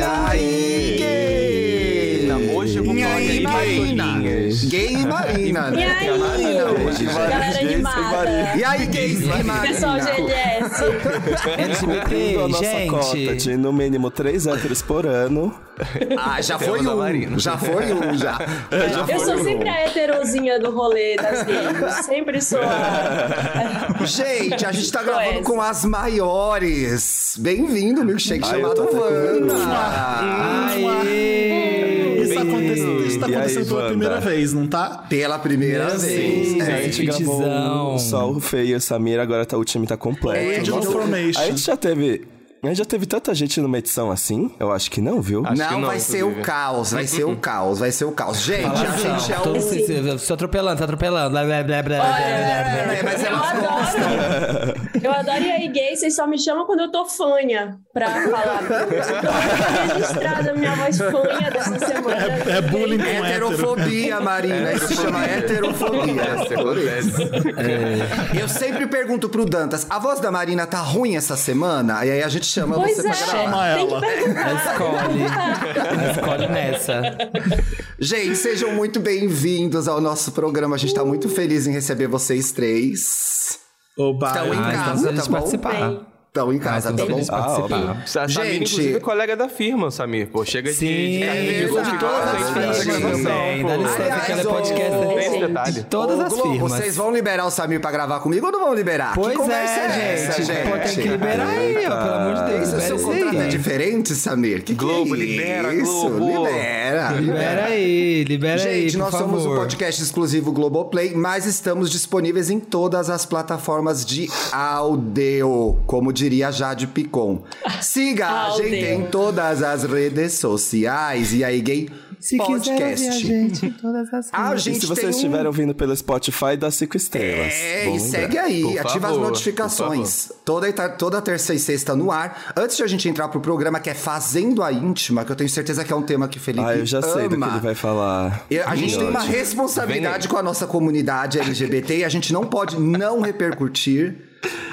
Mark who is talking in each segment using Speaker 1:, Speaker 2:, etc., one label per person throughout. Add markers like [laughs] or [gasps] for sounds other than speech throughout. Speaker 1: aí, gay!
Speaker 2: Hoje eu vou
Speaker 1: E
Speaker 2: falar
Speaker 1: aí,
Speaker 2: de
Speaker 1: Marina?
Speaker 2: Marina.
Speaker 1: Gay e Marina,
Speaker 3: E
Speaker 1: né? Tem a
Speaker 3: aí?
Speaker 1: Marina hoje, né?
Speaker 3: Galera animada.
Speaker 1: E aí, gays e Marina?
Speaker 3: Pessoal GLS.
Speaker 4: Cumprindo a
Speaker 5: LGBT,
Speaker 4: nossa
Speaker 5: gente.
Speaker 4: cota de no mínimo três héteros por ano.
Speaker 1: [laughs] Ah, já foi
Speaker 2: Temos a
Speaker 1: um,
Speaker 2: Marina.
Speaker 1: já foi um, já. assim.
Speaker 3: Eu sou sempre a heterozinha do rolê das gays. Sempre sou a...
Speaker 1: Gente, a gente tá
Speaker 3: Qual é
Speaker 1: gravando
Speaker 3: essa?
Speaker 1: com as maiores. Bem-vindo, milkshake
Speaker 4: Ai, eu tô
Speaker 1: chamado
Speaker 4: até com medo.
Speaker 1: Vanda.
Speaker 5: Aê!
Speaker 6: Isso, aconte... isso tá
Speaker 4: E aí,
Speaker 6: acontecendo pela
Speaker 4: Wanda?
Speaker 6: primeira vez, não assim? tá?
Speaker 1: Pela primeira
Speaker 5: Meu
Speaker 1: vez.
Speaker 5: Deus,
Speaker 1: É.
Speaker 5: gente. Fitizão.
Speaker 4: um só o feio e a Samira, agora tá, o time tá
Speaker 1: É,
Speaker 4: completo.
Speaker 1: de
Speaker 6: Angel
Speaker 1: novo.
Speaker 6: Formation.
Speaker 4: A gente já teve. A gente já teve tanta gente numa edição assim? Eu acho que não, viu?
Speaker 2: Acho que
Speaker 1: Não,
Speaker 2: não,
Speaker 1: vai ser
Speaker 2: inclusive.
Speaker 1: o caos, vai ser o caos, vai ser o caos. Gente, a gente é
Speaker 5: Tô
Speaker 1: o.
Speaker 5: se, se, se atropelando, se atropelando. Blá, blá, blá, blá, blá, blá, blá.
Speaker 1: É, [laughs] mas
Speaker 3: Eu
Speaker 1: elas gostam.
Speaker 3: adoro. Eu adoro e aí, gay. Vocês só me chamam quando eu tô fanha pra falar. Eu tô registrada a minha voz fanha dessa semana.
Speaker 6: É bullying com hétero.
Speaker 1: Heterofobia, Marina. Isso se chama heterofobia. né?
Speaker 2: Acontece, acontece.
Speaker 1: Eu sempre pergunto pro Dantas, a voz da Marina tá ruim essa semana? E aí a gente chama
Speaker 3: Pois
Speaker 1: você
Speaker 3: é,
Speaker 1: pra gravar.
Speaker 6: Chama
Speaker 3: tem
Speaker 6: ela.
Speaker 3: que
Speaker 5: Escolhe. Escolhe nessa.
Speaker 1: Gente, sejam muito bem-vindos ao nosso programa. A gente
Speaker 5: Uh.
Speaker 1: tá muito feliz em receber vocês três.
Speaker 6: Oba.
Speaker 1: Então, em
Speaker 5: Ah, então
Speaker 1: casa,
Speaker 5: a gente
Speaker 1: tá bom?
Speaker 5: participar.
Speaker 3: Bem.
Speaker 1: Estão em casa, tá
Speaker 5: Então,
Speaker 1: bom?
Speaker 5: eles participar.
Speaker 2: Sa- Samir,
Speaker 1: Gente.
Speaker 2: inclusive, é colega da firma, Samir. Pô, chega de- de...
Speaker 5: Sim,
Speaker 2: carreira de
Speaker 1: é
Speaker 2: gosto de
Speaker 1: verdade.
Speaker 2: gosto, tem que fazer
Speaker 1: Sim,
Speaker 2: gravação,
Speaker 5: bem,
Speaker 2: pô.
Speaker 5: dá licença,
Speaker 1: Aliás,
Speaker 5: que ela é
Speaker 1: ô,
Speaker 5: podcast
Speaker 1: ô,
Speaker 2: Tem esse
Speaker 3: gente.
Speaker 5: de
Speaker 2: detalhe.
Speaker 5: todas
Speaker 1: Ô,
Speaker 5: as
Speaker 1: Globo,
Speaker 5: firmas.
Speaker 1: Vocês vão liberar o Samir pra gravar comigo ou não vão liberar? que
Speaker 5: Pois
Speaker 1: conversa
Speaker 5: é,
Speaker 1: essa,
Speaker 5: gente. Pô, tem que liberar aí, ó, pelo amor de Deus.
Speaker 1: Esse seu
Speaker 5: libera
Speaker 1: contrato é
Speaker 5: isso aí.
Speaker 1: diferente, Samir? Que
Speaker 2: Globo,
Speaker 1: que é
Speaker 2: libera,
Speaker 1: isso?
Speaker 2: Globo.
Speaker 1: Libera,
Speaker 5: Libera aí, libera aí,
Speaker 1: Gente,
Speaker 5: por
Speaker 1: nós
Speaker 5: favor.
Speaker 1: somos um podcast exclusivo Globoplay, mas estamos disponíveis em todas as plataformas de áudio, como diria Jade Picon. Siga a
Speaker 3: Áudio.
Speaker 1: gente em todas as redes sociais. E aí, gay?
Speaker 5: Se quiser ouvir a
Speaker 1: podcast.
Speaker 5: gente, em todas as
Speaker 1: A
Speaker 5: firmas.
Speaker 1: gente,
Speaker 4: e se
Speaker 1: tem
Speaker 4: vocês
Speaker 1: um-
Speaker 4: estiverem ouvindo pelo Spotify, dá cinco estrelas.
Speaker 1: É,
Speaker 4: Bom
Speaker 1: e
Speaker 4: lugar.
Speaker 1: segue aí,
Speaker 2: Por
Speaker 1: ativa as
Speaker 2: favor,
Speaker 1: notificações. Toda, ita- toda terça e sexta no ar. Antes de a gente entrar pro programa que é Fazendo a Íntima, que eu tenho certeza que é um tema que o Felipe
Speaker 4: Ah, eu já sei do que
Speaker 1: ama.
Speaker 4: ele vai falar.
Speaker 1: E A gente tem uma
Speaker 4: Ótimo.
Speaker 1: responsabilidade com a nossa comunidade LGBT e a gente não pode não repercutir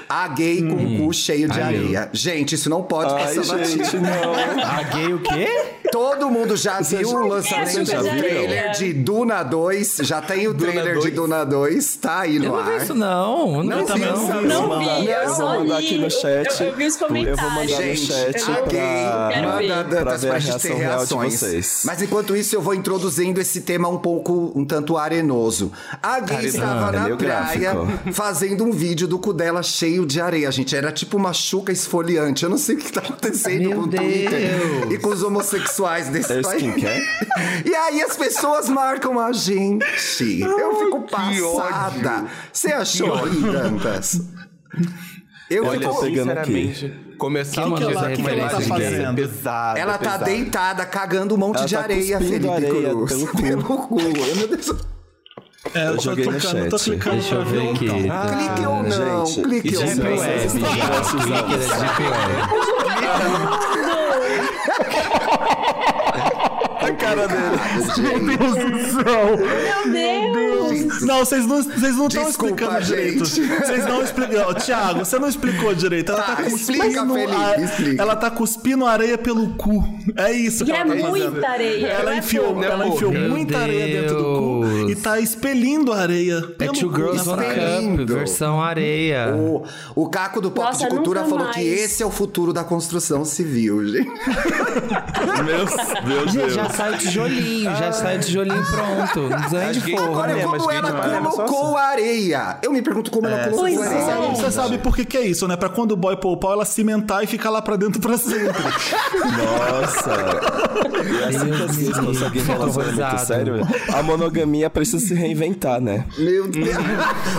Speaker 1: a gay com o cu cheio de areia. Gente, isso não pode
Speaker 4: Ai,
Speaker 1: passar batido.
Speaker 4: gente, é não.
Speaker 5: A gay o quê?
Speaker 1: Todo mundo já viu
Speaker 4: já-
Speaker 1: o
Speaker 3: Você
Speaker 1: lançamento
Speaker 3: já
Speaker 1: do
Speaker 3: viu?
Speaker 1: trailer de Duna 2. Já tem o trailer de
Speaker 2: 2?
Speaker 1: Duna 2, tá aí no
Speaker 5: Eu não vi
Speaker 1: ar.
Speaker 5: isso, não. Eu não, vi
Speaker 1: vi
Speaker 5: também
Speaker 1: isso,
Speaker 5: não.
Speaker 1: não.
Speaker 3: Não vi, eu
Speaker 1: Não,
Speaker 3: só
Speaker 4: vou
Speaker 3: li.
Speaker 4: mandar aqui no chat.
Speaker 3: Eu, eu vi os comentários.
Speaker 4: Eu vou mandar no
Speaker 1: Gente,
Speaker 4: chat
Speaker 3: eu não vi.
Speaker 4: pra-
Speaker 3: Quero ver.
Speaker 1: manda
Speaker 4: pra
Speaker 1: Dantas
Speaker 4: ver
Speaker 1: pra
Speaker 4: a
Speaker 1: gente ter
Speaker 4: reação real de
Speaker 1: reações.
Speaker 4: vocês.
Speaker 1: Mas enquanto isso, eu vou introduzindo esse tema um pouco, um tanto arenoso. A Gui estava
Speaker 4: é
Speaker 1: na
Speaker 4: meio
Speaker 1: praia
Speaker 4: gráfico.
Speaker 1: fazendo um vídeo do cu dela cheio de areia, gente. Era tipo uma chuca esfoliante. Eu não sei o que tá acontecendo
Speaker 5: Meu
Speaker 1: com o Twitter
Speaker 5: Deus.
Speaker 1: e com os homossexuais desse
Speaker 4: É
Speaker 1: país.
Speaker 4: skincare?
Speaker 1: E aí as pessoas marcam a gente. Eu fico
Speaker 2: que
Speaker 1: passada. Você achou aí,
Speaker 4: [laughs]
Speaker 1: Dantas? Eu
Speaker 4: Olha,
Speaker 1: fico...
Speaker 4: eu pegando
Speaker 2: sinceramente, começar
Speaker 5: Que
Speaker 2: uma
Speaker 5: que
Speaker 2: coisa
Speaker 5: ela-
Speaker 2: com
Speaker 5: que que ela
Speaker 2: essa
Speaker 5: tá
Speaker 2: referência
Speaker 6: fazendo?
Speaker 2: pesada,
Speaker 1: Ela tá
Speaker 2: pesada.
Speaker 1: deitada, cagando um monte
Speaker 4: Ela
Speaker 1: de
Speaker 4: tá
Speaker 1: areia,
Speaker 4: cuspindo
Speaker 1: Felipe
Speaker 4: areia
Speaker 1: [laughs] Cruz.
Speaker 4: pelo cu.
Speaker 1: cu. Eu não deixo-
Speaker 6: É, eu tô
Speaker 4: joguei no
Speaker 6: clicando, tô
Speaker 4: chat.
Speaker 6: clicando
Speaker 5: Deixa eu
Speaker 6: pra
Speaker 5: ver
Speaker 6: o
Speaker 5: aqui.
Speaker 1: Então,
Speaker 6: botão.
Speaker 5: Ah,
Speaker 1: Clique ou não,
Speaker 4: gente,
Speaker 1: clique
Speaker 5: Isso
Speaker 1: ou
Speaker 5: é Deep
Speaker 1: não.
Speaker 5: Web. Isso é Deep Web.
Speaker 4: [laughs] A cara dele.
Speaker 1: Gente,
Speaker 4: [laughs]
Speaker 3: Meu Deus!
Speaker 6: Não, vocês não vocês não estão
Speaker 1: Desculpa,
Speaker 6: explicando direito.
Speaker 1: gente.
Speaker 6: Vocês não explicaram. Tiago, você não explicou direito. Ela
Speaker 1: Tá,
Speaker 6: tá,
Speaker 1: explica,
Speaker 6: cuspindo.
Speaker 1: Felipe,
Speaker 6: a-
Speaker 1: explica.
Speaker 6: Ela tá cuspindo areia pelo cu. É isso
Speaker 3: E
Speaker 6: que
Speaker 3: é
Speaker 6: ela tá
Speaker 3: muita
Speaker 6: fazendo.
Speaker 3: areia. não
Speaker 6: Ela
Speaker 3: é
Speaker 6: enfiou,
Speaker 3: pouco.
Speaker 6: ela enfiou
Speaker 5: Meu
Speaker 6: muita areia dentro do cu
Speaker 5: Deus.
Speaker 6: e tá expelindo areia
Speaker 5: É
Speaker 6: pelo
Speaker 5: Two
Speaker 6: cu.
Speaker 5: Girls
Speaker 1: Isso
Speaker 5: One
Speaker 1: é
Speaker 5: Cup,
Speaker 1: lindo.
Speaker 5: versão areia.
Speaker 1: O, o Caco do Pop
Speaker 3: Nossa,
Speaker 1: de Cultura
Speaker 3: nunca
Speaker 1: falou que
Speaker 3: mais.
Speaker 1: esse é o futuro da construção civil, gente.
Speaker 6: [laughs]
Speaker 4: Meu, meu
Speaker 5: Gente,
Speaker 4: Deus.
Speaker 5: já sai o tijolinho, já sai o tijolinho pronto.
Speaker 2: [laughs]
Speaker 5: Não precisa nem
Speaker 2: Ah. Acho
Speaker 5: de
Speaker 2: que-
Speaker 5: forro.
Speaker 1: Olha
Speaker 4: né?
Speaker 2: Olha, mas
Speaker 1: como
Speaker 2: quem não é,
Speaker 1: ela
Speaker 2: mas só
Speaker 4: assim.
Speaker 1: colocou areia. Eu me pergunto como ela colocou
Speaker 3: Pois
Speaker 6: Você sabe,
Speaker 1: areia.
Speaker 6: você sabe por que, que é isso, né? Pra quando o boy poupar, ela cimentar e ficar lá pra dentro pra sempre.
Speaker 4: Nossa. E assim que as gays conseguem relacionamento
Speaker 5: Horrorizado.
Speaker 4: sério, a monogamia precisa se reinventar, né?
Speaker 1: Meu Deus.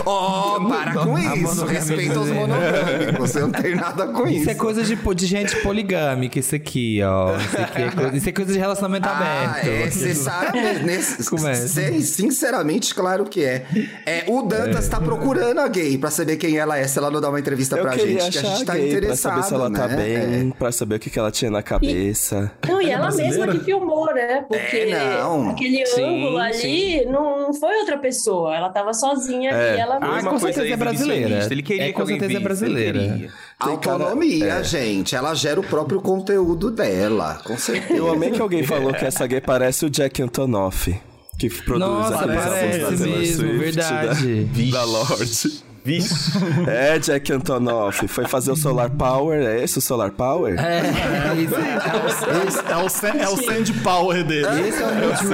Speaker 1: Ó, para com isso.
Speaker 5: monogamia
Speaker 1: Respeita os
Speaker 5: brasileira.
Speaker 1: monogâmicos. Você não tem nada com isso.
Speaker 5: Isso é coisa de, de gente poligâmica, isso aqui, ó. Isso, aqui é coisa, isso é coisa de relacionamento
Speaker 2: Ah,
Speaker 5: aberto.
Speaker 1: é, você sabe,
Speaker 4: [laughs]
Speaker 1: né?
Speaker 5: Começa.
Speaker 1: Sei, sinceramente, claro que é. é o Dantas tá procurando a gay pra saber quem ela é, se ela não dá uma entrevista
Speaker 4: Eu
Speaker 1: pra
Speaker 4: queria
Speaker 1: gente, que a
Speaker 4: achar
Speaker 1: gente tá
Speaker 4: gay pra
Speaker 1: interessado,
Speaker 4: saber se ela tá
Speaker 1: né?
Speaker 4: bem, pra saber o que, que ela tinha na cabeça.
Speaker 3: Não, e ela
Speaker 6: brasileira?
Speaker 3: mesma que filmou, né? Porque
Speaker 1: É, não.
Speaker 3: aquele
Speaker 2: Sim,
Speaker 3: ângulo ali
Speaker 2: sim.
Speaker 3: não não foi outra pessoa. Ela tava sozinha ali, ela
Speaker 5: Ah,
Speaker 3: mesma.
Speaker 5: com certeza é brasileira.
Speaker 2: Ele queria
Speaker 5: É,
Speaker 2: que
Speaker 5: com
Speaker 2: alguém
Speaker 5: certeza é
Speaker 2: visse, ele
Speaker 5: brasileira.
Speaker 2: queria.
Speaker 4: tem cara- é.
Speaker 1: Autonomia, gente. Ela gera o próprio conteúdo dela, com certeza.
Speaker 4: Eu amei que alguém falou que essa gay parece o Jack Antonoff, que produz
Speaker 5: Nossa,
Speaker 4: aqueles álbuns
Speaker 5: parece
Speaker 4: da Taylor
Speaker 5: mesmo,
Speaker 4: Swift, né?
Speaker 5: verdade.
Speaker 4: Da, da Lorde. É, Jack Antonoff. Foi fazer o Solar Power, é esse o Solar Power?
Speaker 5: É, é isso aí.
Speaker 6: É o, sa- é o sand power dele.
Speaker 5: Esse é o mood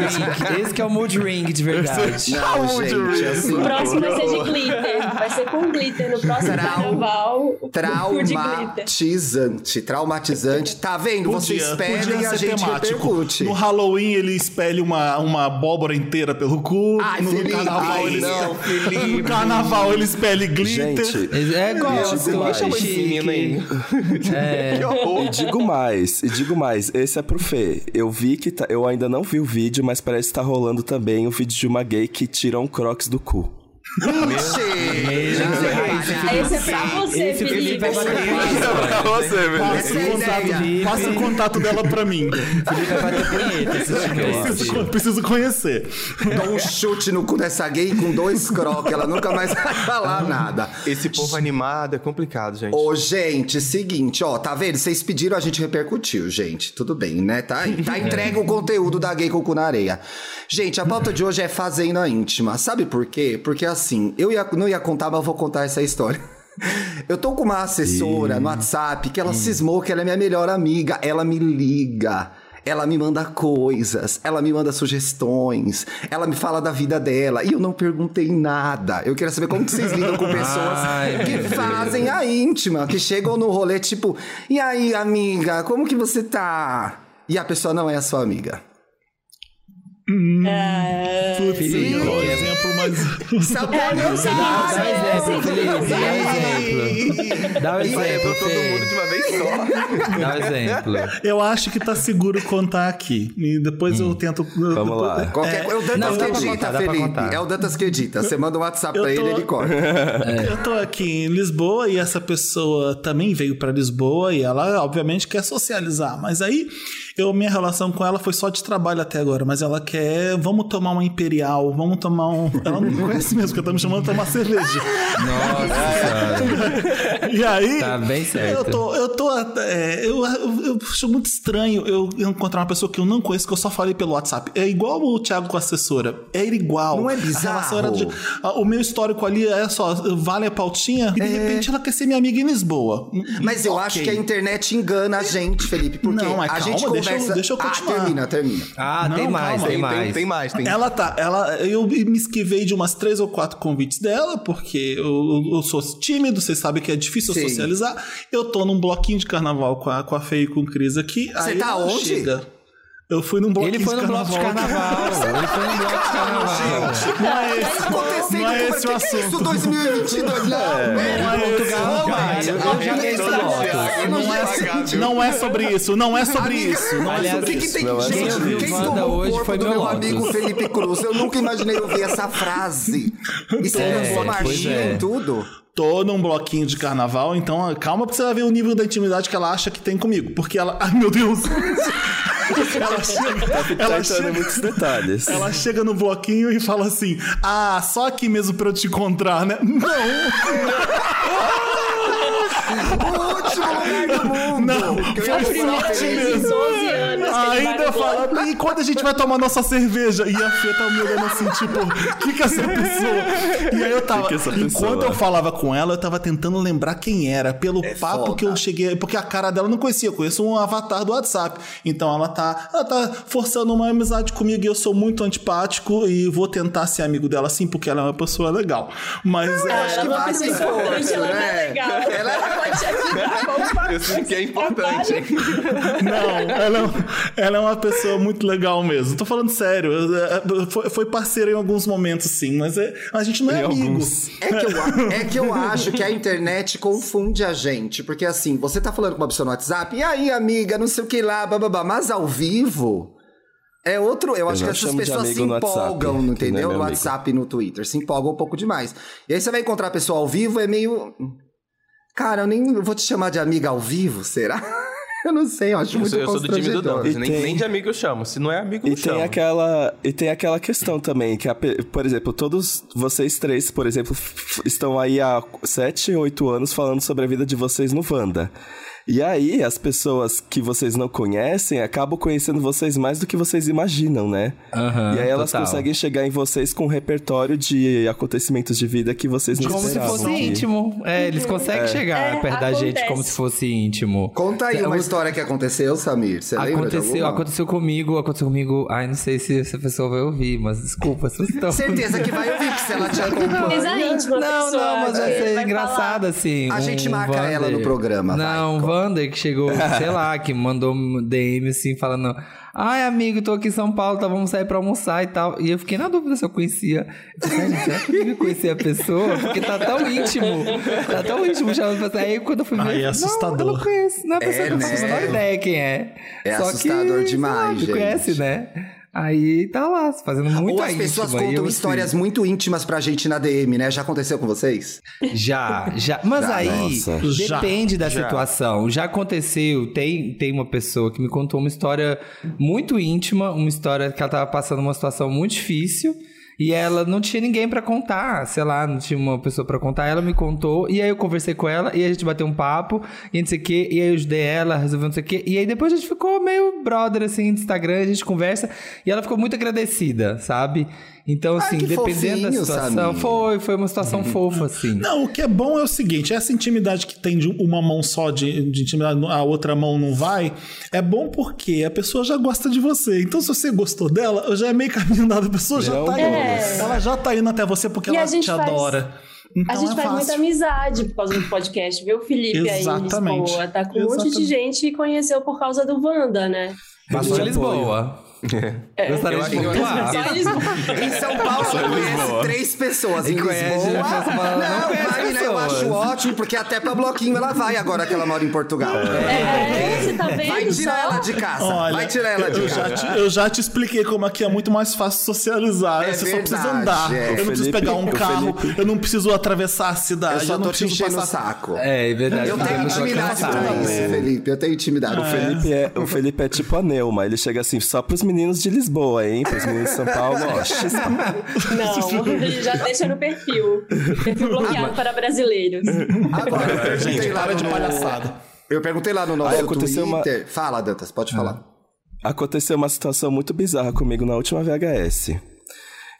Speaker 5: ring. Esse que é o mood ring de verdade.
Speaker 1: Não, gente, assim,
Speaker 3: O próximo vai ser de glitter. Vai ser com glitter no próximo
Speaker 1: Trau-
Speaker 3: carnaval. o cu de glitter.
Speaker 1: traumatizante, traumatizante. Tá vendo? Vocês pedem e a gente repercute.
Speaker 6: No Halloween ele espelha uma, uma abóbora inteira pelo cu.
Speaker 1: Ai,
Speaker 6: no
Speaker 1: Felipe,
Speaker 6: carnaval
Speaker 1: ai,
Speaker 6: ele
Speaker 1: não,
Speaker 6: No carnaval ele espelha glitter.
Speaker 4: Gente,
Speaker 5: É
Speaker 4: Gente,
Speaker 5: gosto,
Speaker 4: demais.
Speaker 5: acho
Speaker 2: Esse menino aí.
Speaker 5: chique. É.
Speaker 4: E digo mais, e digo mais, esse é pro Fê. Eu vi que tá- eu ainda não vi o vídeo, mas parece que tá rolando também um vídeo de uma gay que tira um crocs do cu.
Speaker 3: Ah, esse é pra você,
Speaker 5: Esse Felipe
Speaker 3: Felipe.
Speaker 5: vai bater
Speaker 6: é
Speaker 5: punheta.
Speaker 4: pra você,
Speaker 6: Passa
Speaker 5: Essa é
Speaker 6: o
Speaker 5: a
Speaker 6: contato,
Speaker 5: ideia.
Speaker 6: passa o contato dela pra mim.
Speaker 5: Felipe vai bater punheta assistindo esse.
Speaker 6: preciso, preciso conhecer.
Speaker 1: Dá um chute no cu dessa gay com dois croques. Ela nunca mais [laughs] vai falar nada.
Speaker 2: Esse povo animado é complicado, gente.
Speaker 1: Ô, gente, seguinte, ó, tá vendo? Vocês pediram, a gente repercutiu, gente. Tudo bem, né? Tá, aí. tá entregue o conteúdo da Gay com o cu na areia. Gente, a pauta de hoje é Fazenda Íntima. Sabe por quê? Porque assim, eu ia- não ia contar, mas eu vou contar essa história. [laughs] Eu tô com uma assessora no WhatsApp que ela cismou que ela é minha melhor amiga. Ela me liga. Ela me manda coisas, ela me manda sugestões, ela me fala da vida dela. E eu não perguntei nada. Eu queria saber como que vocês lidam com pessoas
Speaker 5: Ai,
Speaker 1: que
Speaker 5: meu
Speaker 1: fazem a íntima, que chegam no rolê tipo, e aí, amiga, como que você tá? E a pessoa não é a sua amiga.
Speaker 6: Putz,
Speaker 5: Felipe,
Speaker 6: um
Speaker 5: olha.
Speaker 6: exemplo, mas.
Speaker 1: Saboreou
Speaker 3: Dá-
Speaker 5: Dá um exemplo, Felipe. Dá um exemplo.
Speaker 1: Ih,
Speaker 5: Dá um
Speaker 2: Vai,
Speaker 5: exemplo,
Speaker 2: entrou é todo mundo de
Speaker 5: Fê.
Speaker 2: uma vez só.
Speaker 5: Dá um exemplo.
Speaker 6: Eu acho que tá seguro contar aqui. E depois eu tento.
Speaker 4: Hum. Vamos
Speaker 6: depois-
Speaker 4: lá.
Speaker 1: Qualquer, é, o Dantas
Speaker 5: Não, dá
Speaker 1: que
Speaker 5: pra
Speaker 1: edita,
Speaker 5: contar, dá pra contar.
Speaker 1: Felipe. É o Dantas que edita. Você manda um WhatsApp
Speaker 6: Eu
Speaker 1: pra
Speaker 6: tô-
Speaker 1: ele, ele corta.
Speaker 6: Eu tô aqui em Lisboa e essa pessoa também veio pra Lisboa e ela, obviamente, quer socializar. Mas aí, eu, minha relação com ela foi só de trabalho até agora. Mas ela quer, vamos tomar uma Imperial, vamos tomar um. Ela não conhece mesmo, porque ela tá me chamando pra tomar cerveja.
Speaker 5: Nossa.
Speaker 6: [laughs] E aí.
Speaker 5: Tá bem certo.
Speaker 6: Eu tô. Eu, tô, é, eu, eu, eu acho muito estranho eu encontrar uma pessoa que eu não conheço, que eu só falei pelo WhatsApp. É igual o Thiago com a assessora. É igual.
Speaker 1: Não é
Speaker 6: A
Speaker 1: bizarro?
Speaker 6: relação era de- a- o meu histórico ali é só, vale a pautinha, e
Speaker 1: É.
Speaker 6: de repente ela quer ser minha amiga em Lisboa.
Speaker 1: Mas eu acho que a internet engana a gente, Felipe. Porque
Speaker 6: Não, mas
Speaker 1: a
Speaker 6: calma,
Speaker 1: gente
Speaker 6: deixa eu-
Speaker 1: conversa.
Speaker 6: deixa eu continuar.
Speaker 1: Ah, termina, termina.
Speaker 5: Ah, tem
Speaker 6: Não,
Speaker 5: mais,
Speaker 6: calma.
Speaker 5: tem
Speaker 2: Tem, tem,
Speaker 5: mais.
Speaker 2: tem mais, tem.
Speaker 6: Ela tá, ela, eu me esquivei de umas três ou quatro convites dela, porque eu, eu- eu sou tímido, vocês sabem que é difícil
Speaker 1: Sim.
Speaker 6: socializar. Eu tô num bloquinho de carnaval com a, com a Fê e com o Cris aqui. aí
Speaker 1: tá
Speaker 6: ela
Speaker 1: onde?
Speaker 6: chega. Eu fui num bloquinho
Speaker 5: Ele foi
Speaker 6: de
Speaker 5: no bloco de
Speaker 6: carnaval.
Speaker 5: carnaval. Ele foi no é um bloco de carnaval.
Speaker 6: Não [laughs] é esse,
Speaker 1: Tá Acontecendo,
Speaker 6: não é
Speaker 1: como- que
Speaker 6: esse o
Speaker 1: que é isso,
Speaker 6: assunto.
Speaker 1: 2022? Não, é,
Speaker 5: Portugal,
Speaker 1: Roma,
Speaker 5: cara. Eu
Speaker 1: Roma,
Speaker 5: já peguei esse
Speaker 1: Roma,
Speaker 5: bloco.
Speaker 1: Roma,
Speaker 6: Não é,
Speaker 1: Roma,
Speaker 6: esse- não é sobre isso, não é sobre
Speaker 1: Amiga,
Speaker 6: isso. Não é
Speaker 5: Aliás,
Speaker 1: o
Speaker 6: sobre
Speaker 1: que,
Speaker 6: isso.
Speaker 1: que tem
Speaker 4: não é
Speaker 1: gente?
Speaker 5: sobre isso.
Speaker 1: Quem
Speaker 5: Wanda
Speaker 1: tomou o
Speaker 5: hoje
Speaker 1: corpo
Speaker 5: foi
Speaker 1: do meu
Speaker 5: meu
Speaker 1: amigo
Speaker 5: óculos.
Speaker 1: Felipe Cruz? Eu nunca imaginei ouvir essa frase. Isso
Speaker 5: É,
Speaker 1: lançou
Speaker 5: pois
Speaker 1: marchinha
Speaker 5: é.
Speaker 1: em tudo.
Speaker 6: Tô num bloquinho de carnaval, então ah, calma pra você vai ver o nível da intimidade que ela acha que tem comigo. Porque ela. Ai, meu Deus! [laughs] ela chega.
Speaker 4: Tá
Speaker 6: Ela
Speaker 4: entrando
Speaker 6: chega,
Speaker 4: muitos detalhes.
Speaker 6: ela chega no bloquinho e fala assim: Ah, só aqui mesmo pra eu te encontrar, né? Não!
Speaker 1: O último lugar do mundo.
Speaker 6: Não!
Speaker 1: Que eu
Speaker 6: Foi
Speaker 1: ia
Speaker 6: só
Speaker 1: falar
Speaker 6: aqui
Speaker 1: feliz.
Speaker 3: de
Speaker 6: mesmo!
Speaker 3: 12 anos. que ele vai
Speaker 6: Ainda
Speaker 3: no bloco.
Speaker 6: fala, e quando a gente vai tomar nossa cerveja? E a Fê tá me olhando assim, tipo, o que que é essa pessoa? E aí eu tava,
Speaker 4: Que que é essa
Speaker 6: enquanto
Speaker 4: pessoa?
Speaker 6: eu falava com ela, eu tava tentando lembrar quem era, pelo papo que eu cheguei, porque a cara dela eu não conhecia, eu conheço um avatar do WhatsApp. Então ela tá, ela tá forçando uma amizade comigo e eu sou muito antipático e vou tentar ser amigo dela sim, porque ela é uma pessoa legal. Mas eu
Speaker 3: Ela
Speaker 6: acho
Speaker 3: é
Speaker 6: que
Speaker 3: uma
Speaker 1: vale
Speaker 3: pessoa
Speaker 1: esforço,
Speaker 3: importante, ela não
Speaker 1: né?
Speaker 3: é legal.
Speaker 1: Ela-
Speaker 3: Ela pode te ajudar com alguma coisa.
Speaker 2: Isso que é importante, hein?
Speaker 6: Não, ela, é um- ela é uma pessoa muito legal mesmo. Tô falando sério. eu- eu- Foi, foi parceira em alguns momentos, sim, mas é- a gente não é amigos.
Speaker 1: É que, eu, a- é que eu acho que a internet confunde a gente. Porque assim, você tá falando com uma pessoa no WhatsApp, e aí, amiga, não sei o que lá, bababá. Mas ao vivo. É outro. Eu acho que
Speaker 4: Eu não
Speaker 1: essas
Speaker 4: chamo de
Speaker 1: pessoas
Speaker 4: amigo
Speaker 1: se
Speaker 4: no WhatsApp,
Speaker 1: empolgam,
Speaker 4: que não é
Speaker 1: entendeu?
Speaker 4: meu
Speaker 1: no
Speaker 4: amigo.
Speaker 1: WhatsApp e no Twitter. Se empolgam um pouco demais. E aí você vai encontrar a pessoa ao vivo, é meio. Cara, eu nem eu vou te chamar de amiga ao vivo, será? [laughs] Eu não sei, eu acho
Speaker 2: Eu
Speaker 1: muito
Speaker 2: sou, eu sou do time do
Speaker 1: constrangedor.
Speaker 2: Douglas.
Speaker 4: E
Speaker 2: Nem,
Speaker 4: tem-
Speaker 2: nem de amigo eu chamo. Se não é amigo,
Speaker 4: E
Speaker 2: eu
Speaker 4: tem,
Speaker 5: Então.
Speaker 2: chamo.
Speaker 4: aquela, e tem aquela questão também, que, a pe- por exemplo, todos vocês três, por exemplo, f- estão aí há 7, 8 anos falando sobre a vida de vocês no Wanda. E aí, as pessoas que vocês não conhecem acabam conhecendo vocês mais do que vocês imaginam, né?
Speaker 5: Aham,
Speaker 4: e aí elas
Speaker 5: total.
Speaker 4: conseguem chegar em vocês com um repertório de acontecimentos de vida que vocês não
Speaker 5: Como se
Speaker 4: esperavam
Speaker 5: fosse
Speaker 4: que-
Speaker 5: íntimo. É, eles conseguem chegar
Speaker 3: É,
Speaker 5: perto da gente
Speaker 3: acontece.
Speaker 5: como se fosse íntimo.
Speaker 1: Conta
Speaker 4: É
Speaker 1: aí
Speaker 4: um
Speaker 1: uma história que aconteceu, Samir. Você lembra de
Speaker 5: Aconteceu,
Speaker 1: alguma?
Speaker 5: aconteceu comigo, aconteceu comigo. Ai, não sei se essa pessoa vai ouvir, mas desculpa essa história.
Speaker 1: Certeza que vai ouvir, que se ela
Speaker 4: [laughs]
Speaker 1: te acompanha.
Speaker 3: Coisa íntima,
Speaker 5: Não,
Speaker 3: pessoal.
Speaker 5: não, mas vai
Speaker 3: que
Speaker 5: ser
Speaker 3: vai
Speaker 5: engraçado, assim.
Speaker 1: A gente marca ela no programa, vai.
Speaker 5: Não, um Wander que chegou,
Speaker 1: [laughs]
Speaker 5: sei lá, que mandou um DM assim, falando: Ai, amigo, tô aqui em São Paulo, tá? Vamos sair pra almoçar e tal. E eu fiquei na dúvida se eu conhecia. Eu falei, "Ai, Será que eu devia conhecer a pessoa? Porque tá tão íntimo. Tá tão íntimo. chamando pra sair. Aí quando eu fui ver.
Speaker 6: Ai, é
Speaker 5: Não, eu
Speaker 6: assustador."
Speaker 5: não conheço. Não é a pessoa
Speaker 1: É,
Speaker 5: que eu não faço
Speaker 1: né?
Speaker 5: a menor ideia quem é.
Speaker 1: É
Speaker 5: Só
Speaker 1: assustador
Speaker 5: que,
Speaker 1: demais,
Speaker 5: sei lá,
Speaker 1: gente.
Speaker 5: Me conhece, né? Aí tá lá, fazendo muito
Speaker 1: Ou as
Speaker 5: íntima,
Speaker 1: pessoas
Speaker 5: e eu,
Speaker 1: contam
Speaker 5: assim,
Speaker 1: histórias muito íntimas pra gente na DM, né? Já aconteceu com vocês?
Speaker 5: Já, já. Mas
Speaker 1: Já,
Speaker 5: aí
Speaker 4: nossa.
Speaker 6: Já,
Speaker 5: depende da
Speaker 2: já.
Speaker 5: situação. Já aconteceu, tem, tem uma pessoa que me contou uma história muito íntima, uma história que ela tava passando uma situação muito difícil. E ela não tinha ninguém pra contar, sei lá, não tinha uma pessoa pra contar. Ela me contou, e aí eu conversei com ela, e a gente bateu um papo, e não sei o quê, e aí eu ajudei ela, resolveu não sei o quê. E aí depois a gente ficou meio brother, assim, no Instagram, a gente conversa, e ela ficou muito agradecida, sabe? Então,
Speaker 1: Ai,
Speaker 5: assim,
Speaker 1: que
Speaker 5: dependendo da
Speaker 1: fofinho,
Speaker 5: situação,
Speaker 1: Samir.
Speaker 5: foi, foi
Speaker 6: [laughs]
Speaker 5: uma situação fofa, assim.
Speaker 6: Não, o que é bom é o seguinte: essa intimidade que tem de uma mão só de, de intimidade, a outra mão não vai, é bom porque a pessoa já gosta de você. Então, se você gostou dela, já é meio caminho andado, a pessoa já,
Speaker 4: Já
Speaker 6: tá
Speaker 4: é um
Speaker 6: indo.
Speaker 3: bônus.
Speaker 6: Ela já tá indo até você porque
Speaker 3: E
Speaker 6: ela
Speaker 3: a gente
Speaker 6: te
Speaker 3: faz-
Speaker 6: adora. Então
Speaker 3: A gente
Speaker 6: é
Speaker 3: faz muita
Speaker 6: fácil.
Speaker 3: amizade por causa do podcast, viu, Felipe? Aí, em
Speaker 6: Exatamente.
Speaker 3: Lisboa. Tá com um monte de
Speaker 6: Exatamente.
Speaker 3: gente que conheceu por causa do Wanda, né?
Speaker 5: Passou
Speaker 4: Te
Speaker 5: em Lisboa. Gostaria
Speaker 2: Eu
Speaker 5: de
Speaker 2: acho que eu-
Speaker 5: pontuar.
Speaker 3: Só eles
Speaker 1: Em São Paulo, ela conhece três pessoas. Em
Speaker 5: E conhece,
Speaker 1: Lisboa.
Speaker 5: já conhece, mas ela não
Speaker 1: Não,
Speaker 5: conhece
Speaker 1: Marina, eu
Speaker 5: pessoas.
Speaker 1: acho ótimo, porque até pra bloquinho ela vai agora que ela mora em Portugal.
Speaker 3: É, você tá vendo
Speaker 1: Vai tirar
Speaker 3: só?
Speaker 1: ela de casa.
Speaker 6: Olha,
Speaker 1: vai tirar ela de
Speaker 6: eu,
Speaker 1: casa.
Speaker 6: já te, eu já te expliquei como aqui é muito mais fácil socializar.
Speaker 1: É
Speaker 6: você só precisa
Speaker 1: verdade,
Speaker 6: andar.
Speaker 1: é.
Speaker 6: Eu não
Speaker 4: O
Speaker 6: preciso
Speaker 4: Felipe-
Speaker 6: pegar um
Speaker 4: o
Speaker 6: carro.
Speaker 4: Felipe-
Speaker 6: Eu não preciso atravessar a
Speaker 1: Eu
Speaker 6: cidade. Eu,
Speaker 1: só
Speaker 6: não
Speaker 1: tô te
Speaker 6: preciso
Speaker 1: enchendo o
Speaker 6: passar.
Speaker 1: saco.
Speaker 5: É, é verdade.
Speaker 1: Eu tenho
Speaker 5: Temos uma
Speaker 1: intimidade
Speaker 5: conversa.
Speaker 1: pra isso, Felipe. Eu tenho intimidade.
Speaker 4: O [laughs] Felipe, é, o Felipe é tipo a Neuma, ele chega assim, só pros meninos de Lisboa, hein? Pros meninos de São Paulo, ó,
Speaker 5: [laughs]
Speaker 4: chispa.
Speaker 3: Não, já deixa no perfil. Perfil bloqueado para brasileiros.
Speaker 1: Agora, eu perguntei
Speaker 6: Gente,
Speaker 1: lá
Speaker 6: para de
Speaker 1: no-
Speaker 6: palhaçada.
Speaker 1: Eu perguntei lá no nosso
Speaker 4: Aí aconteceu uma-
Speaker 1: Twitter. Fala, Dantas, pode falar.
Speaker 4: Aconteceu uma situação muito bizarra comigo na última VHS.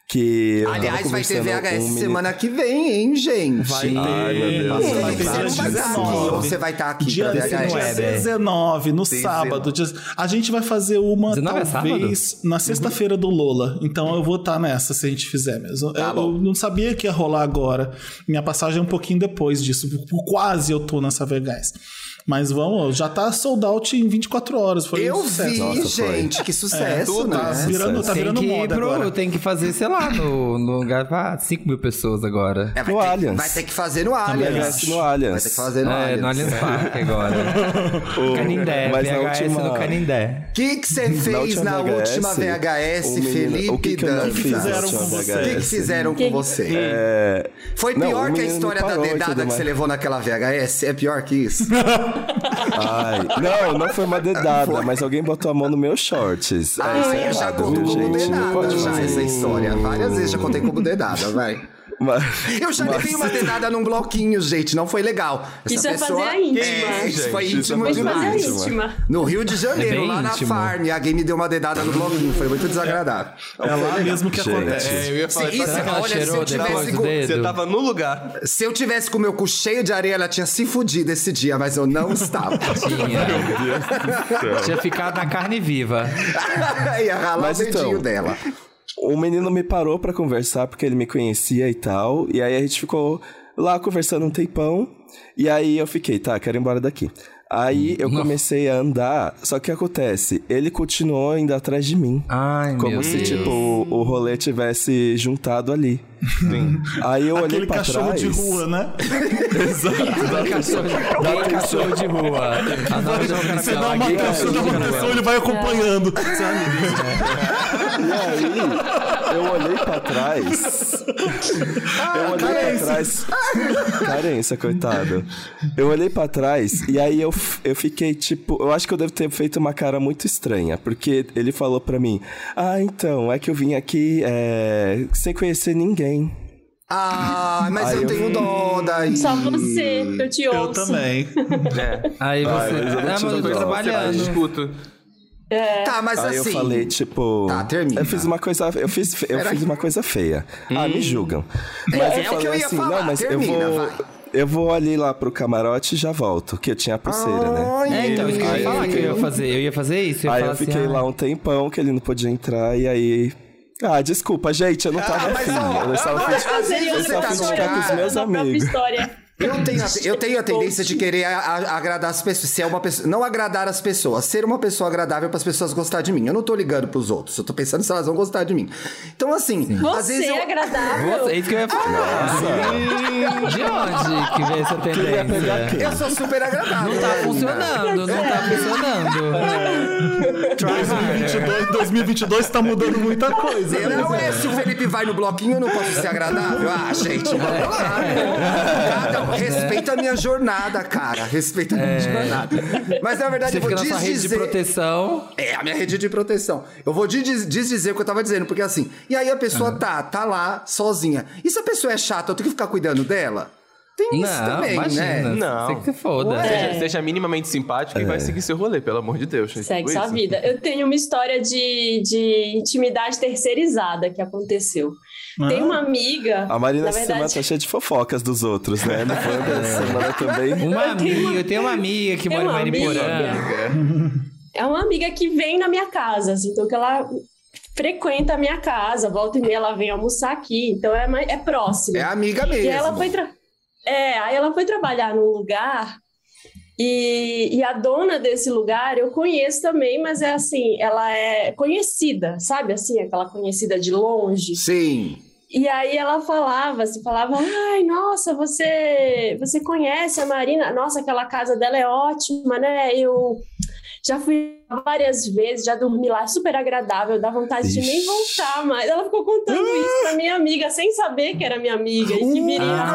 Speaker 4: Que eu Ah. tava
Speaker 1: Aliás, vai ter
Speaker 4: conversando
Speaker 1: VHS
Speaker 4: com um menino-
Speaker 1: semana que vem, hein, gente?
Speaker 6: Vai ter.
Speaker 4: Ai, meu Deus.
Speaker 1: Você
Speaker 4: Vai
Speaker 1: vai um
Speaker 4: ter
Speaker 1: estar
Speaker 4: dia
Speaker 1: aqui, ou você vai estar aqui
Speaker 6: Dia,
Speaker 1: pra
Speaker 6: dia
Speaker 1: VHS?
Speaker 5: é, né?
Speaker 6: 19, no sábado. dia- a gente vai fazer uma
Speaker 5: 19 é
Speaker 6: talvez na sexta-feira do Lola. Então eu vou estar nessa se a gente fizer mesmo. eu, eu não sabia que ia rolar agora. Minha passagem é um pouquinho depois disso. Quase eu tô nessa VHS. Mas vamos, já tá sold out em 24 horas. Foi
Speaker 1: Eu
Speaker 6: um sucesso.
Speaker 1: vi,
Speaker 4: Nossa, foi. É,
Speaker 1: gente, que sucesso,
Speaker 6: Tá
Speaker 1: né?
Speaker 6: virando, tá
Speaker 5: Tem
Speaker 6: virando
Speaker 5: que ir
Speaker 6: moda
Speaker 5: pro-
Speaker 6: agora.
Speaker 5: Eu tenho que fazer, sei lá, no, no lugar pra 5 mil pessoas agora.
Speaker 1: É, vai,
Speaker 4: No
Speaker 1: ter,
Speaker 4: Allianz.
Speaker 1: vai ter que fazer no
Speaker 4: VHS
Speaker 1: Allianz.
Speaker 4: no
Speaker 1: Vai ter que
Speaker 4: Allianz.
Speaker 1: fazer no
Speaker 5: É, no
Speaker 1: Allianz.
Speaker 5: Allianz Park agora. Canindé,
Speaker 4: Mas na
Speaker 5: VHS no
Speaker 4: última-
Speaker 5: Canindé.
Speaker 1: O que que você fez na última VHS,
Speaker 4: o menino-
Speaker 1: Felipe
Speaker 4: o que que eu não
Speaker 1: Dantas?
Speaker 4: fiz na
Speaker 6: Fizeram
Speaker 4: última
Speaker 6: com você.
Speaker 1: O que, que
Speaker 4: VHS?
Speaker 1: fizeram com você? Foi
Speaker 4: Não,
Speaker 1: pior
Speaker 4: o
Speaker 1: que a
Speaker 4: menino
Speaker 1: história
Speaker 4: me
Speaker 1: da
Speaker 4: parou e
Speaker 1: dedada
Speaker 4: tudo
Speaker 1: que você
Speaker 4: mais.
Speaker 1: levou naquela VHS? É pior que isso?
Speaker 4: Ai, não, não foi uma dedada, mas alguém botou a mão no meu shorts. É, isso
Speaker 1: Ah,
Speaker 4: é
Speaker 1: eu já
Speaker 4: errado,
Speaker 1: conto
Speaker 4: viu,
Speaker 1: como
Speaker 4: gente? Não
Speaker 1: dedada
Speaker 4: pode
Speaker 1: já
Speaker 4: fazer
Speaker 1: essa
Speaker 4: isso.
Speaker 1: história. Várias vezes já contei como dedada, vai.
Speaker 4: Mas-
Speaker 1: Eu já levei uma dedada num bloquinho, gente. Não foi legal. Essa
Speaker 3: Isso é fazer
Speaker 1: pessoa-
Speaker 3: a íntima.
Speaker 1: É, isso foi
Speaker 4: Gente, isso é
Speaker 1: íntimo
Speaker 3: Mas
Speaker 4: fazer
Speaker 3: fazer a
Speaker 1: demais.
Speaker 4: íntima.
Speaker 3: íntima.
Speaker 1: No Rio de
Speaker 5: É
Speaker 1: Janeiro,
Speaker 5: bem
Speaker 1: lá na
Speaker 5: íntimo.
Speaker 1: farm, alguém me deu uma dedada no bloquinho. Foi muito desagradável.
Speaker 6: É lá mesmo que
Speaker 4: Gente.
Speaker 6: acontece.
Speaker 2: É, eu ia falar
Speaker 1: Isso,
Speaker 2: tá-
Speaker 5: Será que ela
Speaker 1: olha, se eu
Speaker 5: cheirou
Speaker 1: tivesse
Speaker 5: depois do
Speaker 1: com-
Speaker 5: dedo?
Speaker 2: Você tá tava no lugar.
Speaker 1: Se eu tivesse com o meu cu cheio de areia, ela tinha se fudido esse dia, mas eu não estava.
Speaker 5: Tinha. Tinha ficado na carne viva.
Speaker 1: [laughs] Ia ralar
Speaker 4: Mas
Speaker 1: o dedinho
Speaker 4: então,
Speaker 1: dela.
Speaker 4: O menino me parou pra conversar porque ele me conhecia e tal. E aí a gente ficou lá conversando um tempão. E aí eu fiquei, tá, quero ir embora daqui. Aí eu comecei a andar, só que acontece, ele continuou indo atrás de mim.
Speaker 5: Ai,
Speaker 4: como
Speaker 5: meu
Speaker 4: se,
Speaker 5: Deus.
Speaker 4: tipo, o rolê tivesse juntado ali. Aí eu olhei
Speaker 6: Aquele
Speaker 4: pra
Speaker 6: cachorro
Speaker 4: trás.
Speaker 6: de rua, né?
Speaker 5: Cachorro, gay cachorro de rua.
Speaker 6: um
Speaker 5: A nova geração,
Speaker 6: Você dá
Speaker 5: a
Speaker 6: uma
Speaker 5: gay
Speaker 6: atenção, você
Speaker 5: cachorro
Speaker 6: dá
Speaker 5: de
Speaker 6: uma
Speaker 5: rua.
Speaker 6: atenção, ele vai acompanhando. Sabe?
Speaker 4: E aí, eu olhei
Speaker 1: [laughs]
Speaker 4: pra trás. Eu olhei pra trás. Carência, coitado. Eu olhei pra trás e aí eu, f- eu fiquei tipo. Eu acho que eu devo ter feito uma cara muito estranha, porque ele falou pra mim: Ah, então, é que eu vim aqui é, sem conhecer ninguém.
Speaker 1: Ah, mas
Speaker 4: Ai,
Speaker 1: eu,
Speaker 4: eu-
Speaker 1: tenho dó daí.
Speaker 3: Só você, que eu te
Speaker 6: Eu
Speaker 3: ouço.
Speaker 6: também.
Speaker 2: É.
Speaker 5: Aí você.
Speaker 4: mas eu não
Speaker 5: Ah, mas
Speaker 4: tiro
Speaker 5: eu tô
Speaker 4: dó.
Speaker 2: Trabalhando.
Speaker 5: trabalhando.
Speaker 2: Escuto.
Speaker 1: Tá, mas
Speaker 4: Aí
Speaker 1: assim.
Speaker 4: eu falei, tipo.
Speaker 1: Tá, termina.
Speaker 4: Eu fiz uma coisa, eu fiz, eu fiz uma coisa feia. Ah, me julgam. Mas
Speaker 1: Hum. é o
Speaker 4: eu
Speaker 1: que
Speaker 4: falei
Speaker 1: eu ia
Speaker 4: assim,
Speaker 1: falar,
Speaker 4: não, mas
Speaker 1: termina,
Speaker 4: eu vou.
Speaker 1: vai.
Speaker 4: Eu vou ali lá pro camarote e já volto, que eu tinha a pulseira, né?
Speaker 1: Ai,
Speaker 5: É, então, isso que eu
Speaker 4: Aí
Speaker 5: ia falar
Speaker 4: eu-
Speaker 5: que eu ia fazer. Eu ia fazer isso. Eu ia
Speaker 4: Aí
Speaker 5: falar
Speaker 4: eu
Speaker 5: assim,
Speaker 4: fiquei
Speaker 5: ah,
Speaker 4: lá um tempão que ele não podia entrar e aí. Ah, desculpa, gente, eu não tava
Speaker 1: mas
Speaker 4: afim.
Speaker 1: ó,
Speaker 4: Eu estava
Speaker 1: mas-
Speaker 4: afim.
Speaker 1: Às vezes
Speaker 3: Eu
Speaker 1: você
Speaker 3: só
Speaker 4: tá
Speaker 3: fiz
Speaker 4: no lugar dos
Speaker 3: cara
Speaker 4: meus
Speaker 3: da própria
Speaker 4: amigos.
Speaker 3: história.
Speaker 1: Eu tenho, eu tenho a tendência de querer a- a- agradar as pessoas, ser uma pessoa, não agradar as pessoas, ser uma pessoa agradável para as pessoas gostar de mim. Eu não tô ligando pros outros, eu tô pensando se elas vão gostar de mim. Então assim, às
Speaker 3: Você
Speaker 1: vezes
Speaker 3: é
Speaker 1: eu
Speaker 3: agradável.
Speaker 5: É isso que eu ia falar. De onde que veio essa
Speaker 4: Queria pegar
Speaker 5: tendência?
Speaker 1: [laughs]
Speaker 4: quem?
Speaker 1: eu sou super agradável.
Speaker 5: Não tá
Speaker 1: né?
Speaker 5: funcionando, não tá funcionando.
Speaker 6: 2022, 2022 tá mudando muita coisa. né?
Speaker 1: Não é se o Felipe vai no bloquinho, eu não posso ser agradável. Ah, gente, vamos lá. Cada um- respeita a minha jornada, cara. Respeita a minha jornada. Mas na verdade,
Speaker 5: É. Você
Speaker 1: eu vou
Speaker 5: fica na sua rede de
Speaker 1: desdizer.
Speaker 5: proteção.
Speaker 1: É, a minha rede de proteção. Eu vou des- desdizer o que eu tava dizendo, porque assim, e aí a pessoa tá, tá lá, sozinha. E se a pessoa é chata, eu tenho que ficar cuidando dela? Tem isso
Speaker 5: Não,
Speaker 1: também,
Speaker 5: imagina.
Speaker 1: né?
Speaker 5: Não.
Speaker 2: Não.
Speaker 5: Você que se foda.
Speaker 3: É.
Speaker 2: Seja, seja minimamente simpático e vai seguir seu rolê, pelo amor de Deus. É
Speaker 3: Segue
Speaker 2: tipo
Speaker 3: sua
Speaker 2: isso.
Speaker 3: vida. Eu tenho uma história de, de intimidade terceirizada que aconteceu. Tem uma amiga.
Speaker 4: A Marina
Speaker 3: na
Speaker 4: essa
Speaker 3: verdade,
Speaker 4: semana tá cheia de fofocas dos outros, né? No Wanda essa semana também.
Speaker 5: Uma
Speaker 3: Eu tenho
Speaker 5: amiga,
Speaker 3: uma-
Speaker 5: eu tenho uma amiga que
Speaker 3: Tem
Speaker 1: É
Speaker 5: mora em
Speaker 3: uma
Speaker 5: Mariporã.
Speaker 2: É.
Speaker 3: é uma amiga que vem na minha casa, assim, então que ela frequenta a minha casa, volta e meia ela vem almoçar aqui, então é, mais- é próximo.
Speaker 1: É amiga
Speaker 3: E
Speaker 1: mesmo.
Speaker 3: aí ela foi tra- é, aí ela foi trabalhar num lugar e, e a dona desse lugar eu conheço também, mas é assim, ela é conhecida, sabe assim, aquela conhecida de longe.
Speaker 1: Sim.
Speaker 3: E aí ela falava, assim, falava, ai, nossa, você, você conhece a Marina? Nossa, aquela casa dela é ótima, né? Eu já fui várias vezes, já dormi lá, super agradável, dá vontade de nem
Speaker 4: Ixi.
Speaker 3: voltar mais. Ela ficou contando isso pra minha amiga, sem saber que era minha amiga, e que menina.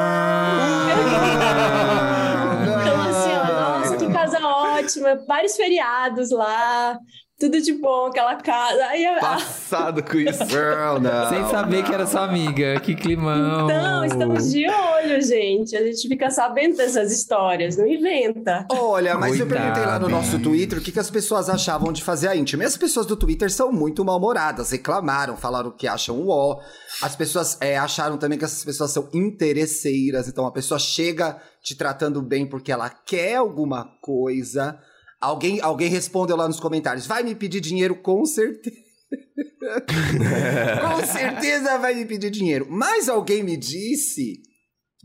Speaker 3: Então, assim, ó, nossa, que casa ótima, vários feriados lá, tudo de bom, aquela casa. Aí a- a-
Speaker 2: Passado com isso.
Speaker 1: Girl, não.
Speaker 5: Sem saber que era sua amiga. Que climão.
Speaker 3: Então, estamos de olho, gente. A gente fica sabendo dessas histórias, não inventa.
Speaker 1: Olha, mas eu
Speaker 5: Coitada,
Speaker 1: perguntei lá no
Speaker 5: hein?
Speaker 1: nosso Twitter o que, que as pessoas achavam de fazer a íntima. E as pessoas do Twitter são muito mal-humoradas, reclamaram, falaram que acham o ó. As pessoas é, acharam também que essas pessoas são interesseiras. Então a pessoa chega te tratando bem porque ela quer alguma coisa. Alguém, alguém respondeu lá nos comentários: vai me pedir dinheiro com
Speaker 6: [laughs]
Speaker 1: certeza. com certeza vai me pedir dinheiro. Mas alguém me disse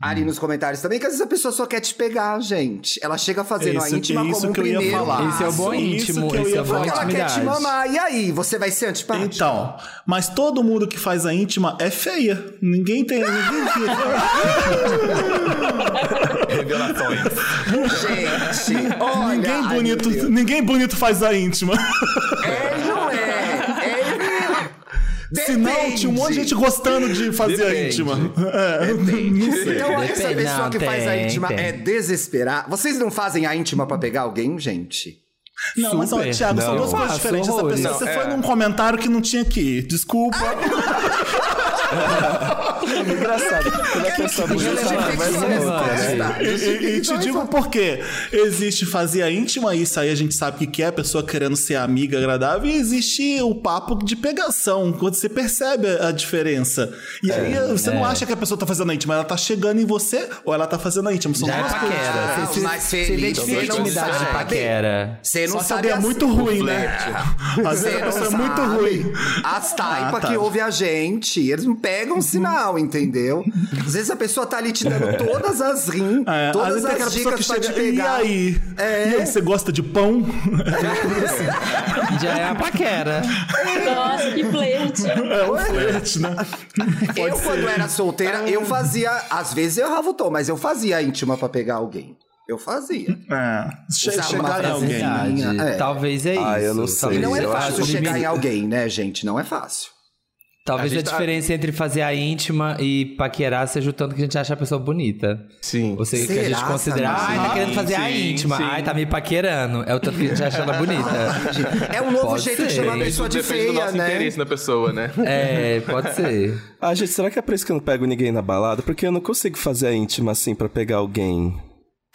Speaker 6: Hum.
Speaker 1: ali nos comentários também, que às vezes a pessoa só quer te pegar, gente. Ela chega fazendo
Speaker 6: Isso-
Speaker 1: a íntima
Speaker 6: é isso
Speaker 1: como um
Speaker 6: que eu ia
Speaker 1: primeiro
Speaker 6: falar.
Speaker 1: passo.
Speaker 5: Esse é o bom
Speaker 6: Isso
Speaker 5: íntimo,
Speaker 6: que eu
Speaker 5: esse
Speaker 6: ia
Speaker 5: é o bom
Speaker 1: Porque ela quer te
Speaker 5: intimidade.
Speaker 1: mamar. E aí, você vai ser antipático?
Speaker 6: Então, mas todo mundo que faz a íntima é feia. Ninguém tem. Ninguém fica.
Speaker 2: Revelações.
Speaker 1: Gente, olha...
Speaker 6: [laughs] ninguém,
Speaker 1: ai,
Speaker 6: bonito,
Speaker 1: meu
Speaker 6: [laughs]
Speaker 1: Deus.
Speaker 6: ninguém bonito faz a íntima.
Speaker 1: É, não é. É...
Speaker 6: Senão
Speaker 1: Depende.
Speaker 6: tinha um monte de gente gostando de fazer a
Speaker 2: Depende.
Speaker 6: íntima. É, [laughs] não sei.
Speaker 1: Então, essa
Speaker 5: Depende,
Speaker 1: pessoa
Speaker 5: não,
Speaker 1: que faz a
Speaker 5: tem,
Speaker 1: íntima
Speaker 5: tem.
Speaker 1: é desesperar. Vocês não fazem a íntima pra pegar alguém, gente?
Speaker 6: Não, mas ó,
Speaker 5: Super.
Speaker 6: Thiago, são
Speaker 5: Não.
Speaker 6: duas coisas
Speaker 5: Ah,
Speaker 6: diferentes. Essa
Speaker 5: sou
Speaker 6: pessoa,
Speaker 2: horror.
Speaker 6: você
Speaker 2: Não,
Speaker 6: foi
Speaker 2: é.
Speaker 6: num comentário que não tinha que ir. Desculpa.
Speaker 4: Engraçado. Quando a pessoa bonita,
Speaker 6: tá
Speaker 1: Ela
Speaker 4: ela
Speaker 1: é
Speaker 4: vai ser
Speaker 1: perfeccionista,
Speaker 4: outra, né?
Speaker 1: tá?
Speaker 6: E, e- e te digo por quê. Existe fazer a íntima, isso aí a gente sabe o que que é, a pessoa querendo ser amiga agradável, e existe o papo de pegação, quando você percebe a a diferença.
Speaker 1: É,
Speaker 6: E aí eh, você não acha que a pessoa tá fazendo a íntima, ela tá chegando em você ou ela tá fazendo a íntima. São
Speaker 5: Já é
Speaker 6: duas coisas.
Speaker 5: paquera. Você,
Speaker 1: mas
Speaker 5: você, você
Speaker 1: Felipe,
Speaker 5: identifica
Speaker 1: você não
Speaker 5: intimidade de
Speaker 1: sabe.
Speaker 5: paquera.
Speaker 1: Você não
Speaker 6: Só se
Speaker 1: sabe
Speaker 6: alguém é
Speaker 1: as-
Speaker 6: muito ruim, né? Às
Speaker 1: Você
Speaker 6: vezes a
Speaker 1: não
Speaker 6: pessoa é muito
Speaker 1: sabe.
Speaker 6: ruim.
Speaker 1: As taipas
Speaker 6: Ah, tá. Uhum.
Speaker 1: que ouvem a gente, eles não pega um sinal, entendeu? Às vezes a pessoa tá ali te
Speaker 6: [laughs]
Speaker 1: dando todas as rim,
Speaker 6: É, às vezes
Speaker 1: todas
Speaker 6: tem aquela
Speaker 1: as
Speaker 6: pessoa que
Speaker 1: dicas pra te
Speaker 6: chega, e
Speaker 1: pegar. É.
Speaker 6: aí? E aí, você gosta de pão?
Speaker 5: Já é a paquera.
Speaker 3: Nossa, Então, que flerte.
Speaker 6: [laughs] É um flerte, né?
Speaker 1: [laughs] eu, quando era solteira, eu fazia. Às vezes eu errava o tom, mas eu fazia a íntima pra pegar alguém. Eu fazia.
Speaker 6: É, che-
Speaker 1: Usava uma
Speaker 6: chegar em alguém. né?
Speaker 1: frasezinha.
Speaker 5: Verdade.
Speaker 1: É.
Speaker 5: Talvez é isso.
Speaker 4: Ah, eu não sei.
Speaker 1: E
Speaker 5: Talvez
Speaker 1: não é
Speaker 5: eu
Speaker 1: fácil
Speaker 5: acho que
Speaker 1: chegar
Speaker 5: me-
Speaker 1: em alguém, né, gente? Não é fácil.
Speaker 5: Talvez
Speaker 2: A
Speaker 5: a,
Speaker 2: gente tá-
Speaker 5: diferença entre fazer a íntima e paquerar seja o tanto que a gente acha a pessoa bonita.
Speaker 2: Sim.
Speaker 5: Ou seja, que a gente
Speaker 1: Será,
Speaker 5: considera,
Speaker 1: Samara?
Speaker 5: ai, tá querendo fazer a
Speaker 2: Sim,
Speaker 5: íntima,
Speaker 2: sim.
Speaker 5: ai, tá me paquerando. É o tanto que a gente acha ela bonita.
Speaker 1: É um novo
Speaker 5: Pode
Speaker 1: jeito de
Speaker 5: ser.
Speaker 1: chamar a pessoa de
Speaker 2: Depende do
Speaker 1: feia,
Speaker 2: nosso
Speaker 1: né?
Speaker 2: interesse na pessoa, né?
Speaker 5: É, pode ser.
Speaker 4: Ah, gente, será que é por isso que eu não pego ninguém na balada? Porque eu não consigo fazer a íntima assim pra pegar alguém.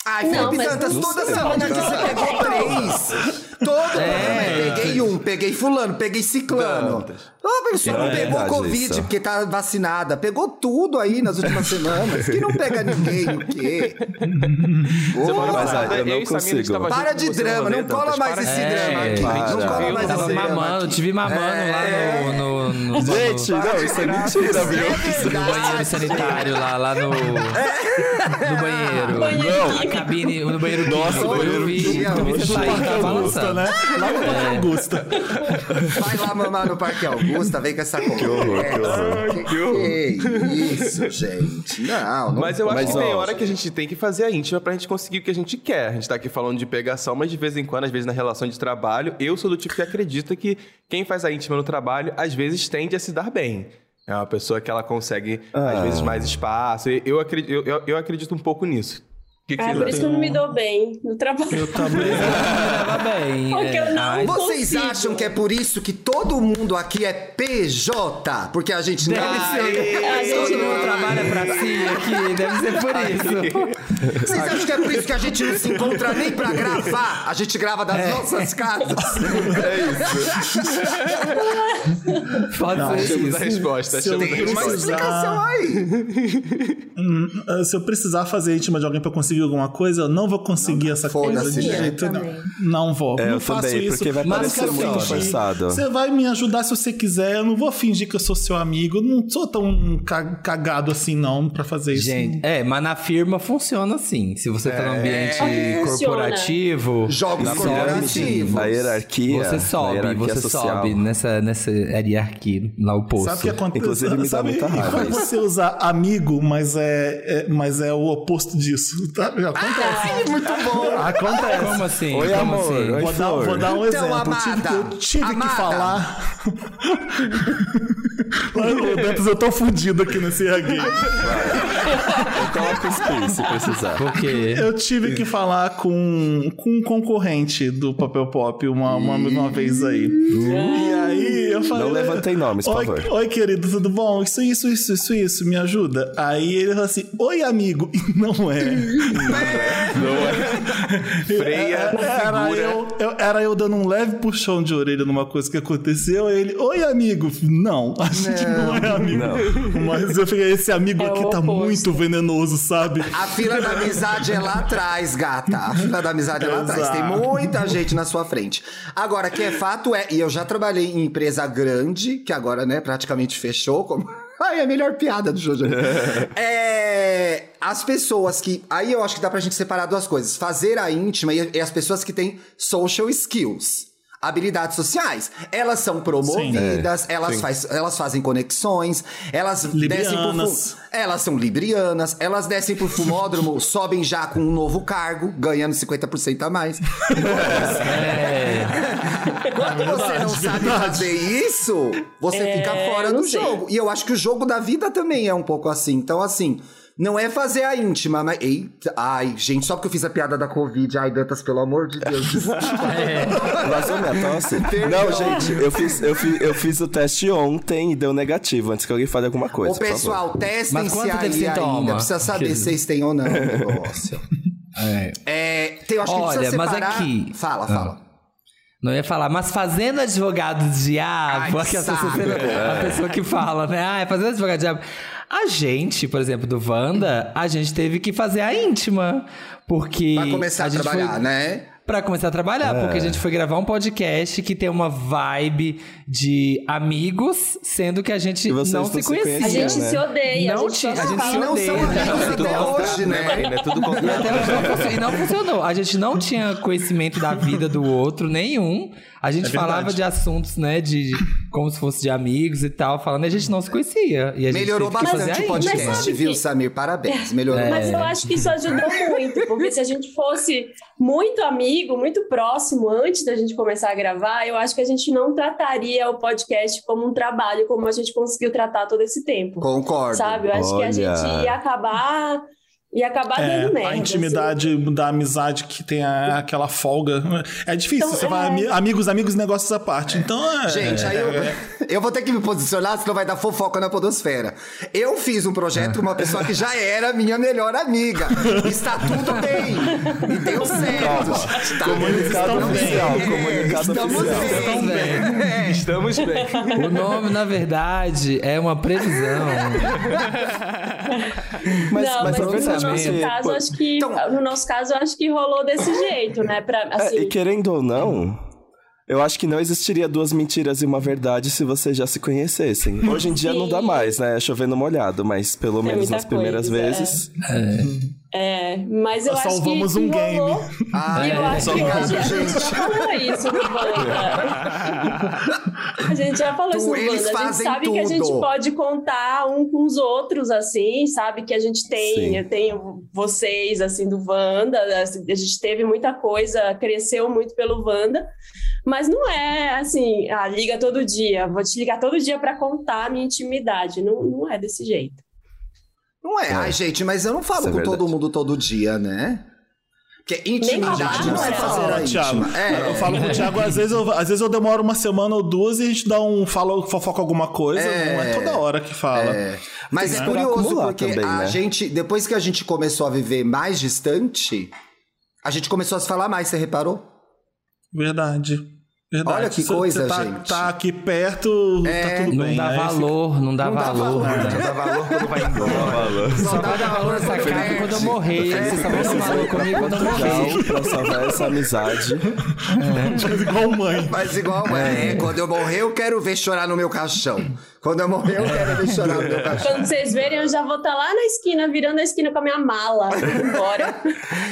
Speaker 1: Ai,
Speaker 3: Não,
Speaker 1: Felipe
Speaker 3: mas
Speaker 1: Santos,
Speaker 3: não
Speaker 1: toda
Speaker 3: sei.
Speaker 1: semana aqui você pegou três. Todo
Speaker 5: É.
Speaker 1: mundo. Peguei um, peguei fulano, peguei ciclano. Ah, a pessoa não
Speaker 4: É
Speaker 1: pegou
Speaker 4: verdade
Speaker 1: Covid
Speaker 4: isso.
Speaker 1: porque tá vacinada. Pegou tudo aí nas últimas semanas. Que não pega ninguém, o quê?
Speaker 2: Semana
Speaker 4: Mas,
Speaker 2: passada,
Speaker 4: ah, eu não
Speaker 2: e Samir, a gente
Speaker 4: consigo.
Speaker 2: tava junto
Speaker 1: Para
Speaker 2: com
Speaker 1: de
Speaker 2: você no
Speaker 1: drama,
Speaker 2: rolê,
Speaker 1: não cola
Speaker 2: Dantas,
Speaker 1: mais
Speaker 2: para.
Speaker 1: esse
Speaker 5: É,
Speaker 1: drama aqui.
Speaker 4: para.
Speaker 1: Não cola
Speaker 5: eu
Speaker 1: mais
Speaker 5: tava
Speaker 1: esse drama
Speaker 5: mamando,
Speaker 1: aqui.
Speaker 5: tive mamando
Speaker 1: É.
Speaker 5: lá no. no, no
Speaker 4: Gente,
Speaker 5: no-
Speaker 4: não, isso é mentira, viu?
Speaker 5: no banheiro sanitário, lá, lá no. No banheiro.
Speaker 3: Banheiro
Speaker 5: A
Speaker 3: químico.
Speaker 5: cabine, no banheiro
Speaker 4: Nossa,
Speaker 5: químico.
Speaker 4: banheiro
Speaker 5: eu vi.
Speaker 1: químico.
Speaker 5: eu vi você
Speaker 1: Nossa,
Speaker 5: sair,
Speaker 6: Parque Augusta,
Speaker 5: tava balançando. É.
Speaker 6: né? Lá no Parque Augusta.
Speaker 1: Vai lá mamar no Parque Augusta, vem com essa conversa. Que é
Speaker 4: horror, que horror.
Speaker 1: isso, gente. Não, não
Speaker 2: Mas eu acho
Speaker 4: Mas,
Speaker 2: que tem
Speaker 4: ó,
Speaker 2: hora que a gente tem que fazer a íntima pra gente conseguir o que a gente quer. A gente tá aqui falando de pegação, mas de vez em quando, às vezes na relação de trabalho, eu sou do tipo que acredita que quem faz a íntima no trabalho, às vezes tende a se dar bem. É uma pessoa que ela consegue, às
Speaker 4: Ah.
Speaker 2: vezes, mais espaço. E Eu acredito, eu, eu- eu acredito um pouco nisso. O que que
Speaker 3: Ah,
Speaker 2: vocês
Speaker 3: por isso que eu não me dou bem no trabalho.
Speaker 6: Eu também.
Speaker 5: Tava bem.
Speaker 3: Porque
Speaker 5: é.
Speaker 3: eu não
Speaker 5: Ai,
Speaker 1: Vocês
Speaker 3: consigo.
Speaker 1: acham que é por isso que todo mundo aqui é PJ? Porque a gente não.
Speaker 5: Deve ser.
Speaker 3: Ah, gente,
Speaker 5: Todo mundo trabalha pra si aqui, deve ser por isso.
Speaker 1: Vocês acham que é por isso que a gente não se encontra nem pra gravar? A gente grava das
Speaker 2: É.
Speaker 1: nossas casas.
Speaker 5: Pode
Speaker 2: [laughs]
Speaker 5: ser
Speaker 2: Achamos
Speaker 5: isso.
Speaker 2: a resposta.
Speaker 6: Se eu
Speaker 2: achamos a
Speaker 1: Tem uma
Speaker 2: resposta.
Speaker 1: explicação aí.
Speaker 6: Ah, Se eu precisar fazer íntima de alguém pra conseguir alguma coisa, eu não vou conseguir essa coisa de
Speaker 1: foda-se.
Speaker 6: jeito
Speaker 3: Eu
Speaker 6: não.
Speaker 3: também.
Speaker 6: Não vou.
Speaker 4: É,
Speaker 6: não
Speaker 4: eu
Speaker 6: faço
Speaker 4: também,
Speaker 6: isso.
Speaker 4: porque vai
Speaker 6: mas
Speaker 4: parecer
Speaker 6: quero
Speaker 4: muito
Speaker 6: fingir.
Speaker 4: forçado.
Speaker 6: Você vai me ajudar se você quiser. Eu não vou fingir que eu sou seu amigo. Eu não sou tão ca- cagado assim, não, pra fazer isso.
Speaker 5: Gente, é, mas na firma funciona assim. Se você tá num ambiente
Speaker 3: É.
Speaker 5: corporativo,
Speaker 1: Jogos
Speaker 5: na
Speaker 1: corporativos.
Speaker 4: A hierarquia.
Speaker 5: Você
Speaker 4: a
Speaker 5: sobe, né?
Speaker 4: hierarquia
Speaker 5: você
Speaker 4: social.
Speaker 5: sobe nessa, nessa hierarquia, lá o poço.
Speaker 6: Sabe o que acontece?
Speaker 4: Inclusive, me dá
Speaker 6: Sabe
Speaker 4: muita raiva
Speaker 6: quando
Speaker 4: isso.
Speaker 6: você usa amigo, mas é, é- mas é o oposto disso. [laughs] Tá? Acontece.
Speaker 1: Muito bom.
Speaker 6: Acontece.
Speaker 5: Como assim?
Speaker 4: Oi,
Speaker 5: Como
Speaker 4: amor.
Speaker 5: assim?
Speaker 4: Oi,
Speaker 6: Vou dar,
Speaker 4: flor.
Speaker 6: vou dar um
Speaker 1: Então,
Speaker 6: exemplo. Tive que-
Speaker 1: amada,
Speaker 6: eu tive
Speaker 1: amada.
Speaker 6: que falar. [laughs] Ô, Dantas, eu tô fudido aqui nesse gay.
Speaker 4: Eu coloco os pins se precisar.
Speaker 5: Porque
Speaker 6: Eu tive que falar com, com um concorrente do Papel Pop uma, uma, uma vez aí. E aí eu falei. né?
Speaker 4: Não levantem nomes, por
Speaker 6: oi,
Speaker 4: favor."
Speaker 6: Oi, querido, tudo bom? Isso, isso, isso, isso, isso, me ajuda. Aí ele falou assim: Oi, amigo. E não é.
Speaker 3: é.
Speaker 2: Freia,
Speaker 6: Era- Era
Speaker 2: segura.
Speaker 6: eu, eu- era eu dando um leve puxão de orelha numa coisa que aconteceu. aí ele, oi, amigo. Não, a gente não, é amigo. Mas eu fiquei, esse amigo
Speaker 3: É o
Speaker 6: aqui tá
Speaker 3: oposto.
Speaker 6: muito venenoso, sabe?
Speaker 1: A fila da amizade é lá atrás, gata. A fila da amizade é lá atrás. Tem
Speaker 6: Exato.
Speaker 1: muita gente na sua frente. Agora, que é fato é, e eu já trabalhei em empresa grande, que agora, né, praticamente fechou. Como... [laughs] Ai, é a melhor piada do Jojo. é, as pessoas que. Aí eu acho que dá pra gente separar duas coisas: fazer a íntima e, e as pessoas que têm social skills. Habilidades sociais. Elas são promovidas, elas, faz, elas fazem conexões, elas descem por
Speaker 6: Librianas.
Speaker 1: fu- elas são librianas, elas descem pro fumódromo, [laughs] sobem já com um novo cargo, ganhando 50% a mais.
Speaker 3: É.
Speaker 1: [laughs] Quando você não sabe fazer isso, você fica fora
Speaker 3: É, eu não
Speaker 1: do
Speaker 3: sei.
Speaker 1: jogo. E eu acho que o jogo da vida também é um pouco assim. Então, assim, não é fazer a íntima, mas. Eita, ai, gente, só porque eu fiz a piada da Covid. Ai, Dantas, pelo amor de Deus. desculpa.
Speaker 4: Vazou minha tosse? assim, Não, gente, eu fiz, eu, fiz, eu fiz o teste ontem e deu negativo antes que alguém fale alguma coisa.
Speaker 1: Ô,
Speaker 4: é, por favor.
Speaker 1: pessoal, testem
Speaker 5: Mas
Speaker 1: se
Speaker 5: quanto
Speaker 1: aí
Speaker 5: teve sintoma?
Speaker 1: ainda. Precisa saber
Speaker 5: Aquele-
Speaker 1: se vocês têm ou não o
Speaker 5: [laughs]
Speaker 1: negócio. É, tem, eu acho que
Speaker 5: Olha,
Speaker 1: precisa
Speaker 5: mas
Speaker 1: separar...
Speaker 5: aqui-
Speaker 1: Fala,
Speaker 5: Ah.
Speaker 1: fala.
Speaker 5: não ia falar, mas fazendo advogado do diabo,
Speaker 1: Ai,
Speaker 5: que
Speaker 1: que
Speaker 5: a pessoa,
Speaker 1: saco.
Speaker 4: É.
Speaker 5: a pessoa que fala, né? Ah, é fazendo advogado do diabo. A gente, por exemplo, do Wanda, a gente teve que fazer a íntima. Porque.
Speaker 1: Vai começar a,
Speaker 5: gente
Speaker 1: trabalhar,
Speaker 5: foi-
Speaker 1: né?
Speaker 5: pra começar a trabalhar,
Speaker 4: É.
Speaker 5: porque a gente foi gravar um podcast que tem uma vibe de amigos, sendo que a gente
Speaker 4: E
Speaker 5: não
Speaker 4: vocês
Speaker 5: se
Speaker 4: estão se
Speaker 5: conhecia.
Speaker 3: A gente
Speaker 4: Sim, né?
Speaker 3: se odeia.
Speaker 5: Não
Speaker 3: a gente, só
Speaker 5: te- a gente
Speaker 3: fala. é
Speaker 5: se
Speaker 1: não
Speaker 5: odeia.
Speaker 1: são amigos até hoje, né?
Speaker 2: Marina? É tudo
Speaker 5: E
Speaker 2: contrário.
Speaker 5: até hoje não funcionou. E não funcionou. A gente não tinha conhecimento da vida do outro, nenhum. A gente
Speaker 6: É verdade.
Speaker 5: falava de assuntos, né, de de- como se fosse de amigos e tal, falando, e a gente não se conhecia. E a gente
Speaker 1: Melhorou
Speaker 5: teve que fazer
Speaker 1: bastante o
Speaker 5: aí.
Speaker 1: podcast,
Speaker 3: Mas sabe
Speaker 1: viu,
Speaker 3: que- É.
Speaker 1: Samir? Parabéns, melhorou.
Speaker 3: Mas eu acho que isso ajudou muito, porque se a gente fosse muito amigo, muito próximo antes da gente começar a gravar, eu acho que a gente não trataria o podcast como um trabalho, como a gente conseguiu tratar todo esse tempo.
Speaker 1: Concordo.
Speaker 3: Sabe? Eu acho que a
Speaker 4: Olha.
Speaker 3: gente ia acabar ia acabar dando
Speaker 6: É,
Speaker 3: merda.
Speaker 6: a
Speaker 3: assim.
Speaker 6: intimidade da amizade que tem a- aquela folga. É difícil.
Speaker 3: Então,
Speaker 6: você vai
Speaker 3: é.
Speaker 6: ami- amigos, amigos, negócios à parte. Então, é.
Speaker 1: Gente, aí eu, eu vou ter que me posicionar, senão vai dar fofoca na podosfera. Eu fiz um projeto com uma pessoa que já era minha melhor amiga. Está tudo bem. E deu certo. Está
Speaker 4: Comunicado
Speaker 1: estamos
Speaker 4: oficial,
Speaker 1: bem.
Speaker 4: comunicado
Speaker 1: estamos
Speaker 4: oficial.
Speaker 1: Bem. É.
Speaker 2: Estamos bem.
Speaker 5: O nome, na verdade, é uma
Speaker 6: [laughs]
Speaker 5: previsão.
Speaker 4: Mas,
Speaker 3: não,
Speaker 4: mas
Speaker 3: mas,
Speaker 4: é
Speaker 3: no
Speaker 4: verdade,
Speaker 3: nosso
Speaker 4: porque,
Speaker 3: caso,
Speaker 4: pô,
Speaker 3: acho que
Speaker 1: Então-
Speaker 3: no nosso caso, acho que rolou desse jeito, né? Pra,
Speaker 4: É,
Speaker 3: assim,
Speaker 4: e querendo ou não, eu acho que não existiria duas mentiras e uma verdade se vocês já se conhecessem. Hoje em dia não dá
Speaker 3: Sim.
Speaker 4: mais, né? É chovendo molhado, mas pelo
Speaker 3: Tem
Speaker 4: menos
Speaker 3: muita
Speaker 4: nas primeiras
Speaker 3: coisa,
Speaker 4: vezes.
Speaker 6: É.
Speaker 3: é, mas eu
Speaker 6: Nós
Speaker 3: acho que
Speaker 6: salvamos
Speaker 3: que
Speaker 6: um
Speaker 3: rolou,
Speaker 6: game.
Speaker 1: Ah,
Speaker 3: E eu
Speaker 1: é.
Speaker 3: acho que
Speaker 1: Obrigado,
Speaker 3: hoje a gente
Speaker 1: gente.
Speaker 3: já falou isso no Wanda. A gente já falou
Speaker 1: Tu,
Speaker 3: isso no
Speaker 1: eles
Speaker 3: Wanda. A gente
Speaker 1: fazem
Speaker 3: sabe que a gente
Speaker 1: tudo.
Speaker 3: pode contar um com os outros, assim, sabe? Que a gente tem,
Speaker 4: Sim.
Speaker 3: eu tenho vocês, assim, do Wanda. assim, A gente teve muita coisa, cresceu muito pelo Wanda. Mas não é assim, ah, liga todo dia, vou te ligar todo dia para contar a minha intimidade. Não, não é desse jeito.
Speaker 1: Não é. Ai, gente, mas eu não falo
Speaker 4: Isso é
Speaker 1: com todo
Speaker 4: verdade.
Speaker 1: mundo todo dia, né? Porque intimidade
Speaker 3: falar,
Speaker 1: não é
Speaker 3: né?
Speaker 1: fazer a
Speaker 6: Fala, Thiago.
Speaker 1: íntima. É.
Speaker 6: Eu falo com o Thiago, às vezes, eu, às vezes eu demoro uma semana ou duas e a gente dá um fala, fofoca alguma coisa.
Speaker 1: É.
Speaker 6: Não é toda hora que fala.
Speaker 1: É. Mas
Speaker 4: Tem
Speaker 1: é
Speaker 4: que esperar
Speaker 1: curioso
Speaker 4: acumular
Speaker 1: porque
Speaker 4: também,
Speaker 1: a
Speaker 4: né?
Speaker 1: gente, depois que a gente começou a viver mais distante, a gente começou a se falar mais, você reparou?
Speaker 6: Verdade. Verdade.
Speaker 1: Olha que
Speaker 6: Você-
Speaker 1: coisa,
Speaker 6: você tá,
Speaker 1: gente. É.
Speaker 6: Tá aqui perto, tá tudo
Speaker 5: Não
Speaker 6: bem.
Speaker 5: dá
Speaker 6: Aí fica-
Speaker 5: valor, não dá
Speaker 1: Não dá
Speaker 5: valor.
Speaker 1: valor.
Speaker 5: né?
Speaker 2: Dá valor quando vai embora.
Speaker 5: Só vai dar valor essa carta quando eu morrer. Você só vai dar valor comigo quando eu morrer.
Speaker 4: Portugal, pra salvar essa amizade.
Speaker 5: né?
Speaker 6: [laughs] Faz igual mãe.
Speaker 1: Mas igual, é. quando eu morrer eu quero ver chorar no meu caixão. Quando eu morrer eu quero ver chorar no meu caixão.
Speaker 3: Quando vocês verem, eu já vou estar lá na esquina, virando a esquina com a minha mala, indo
Speaker 1: [laughs]
Speaker 3: embora.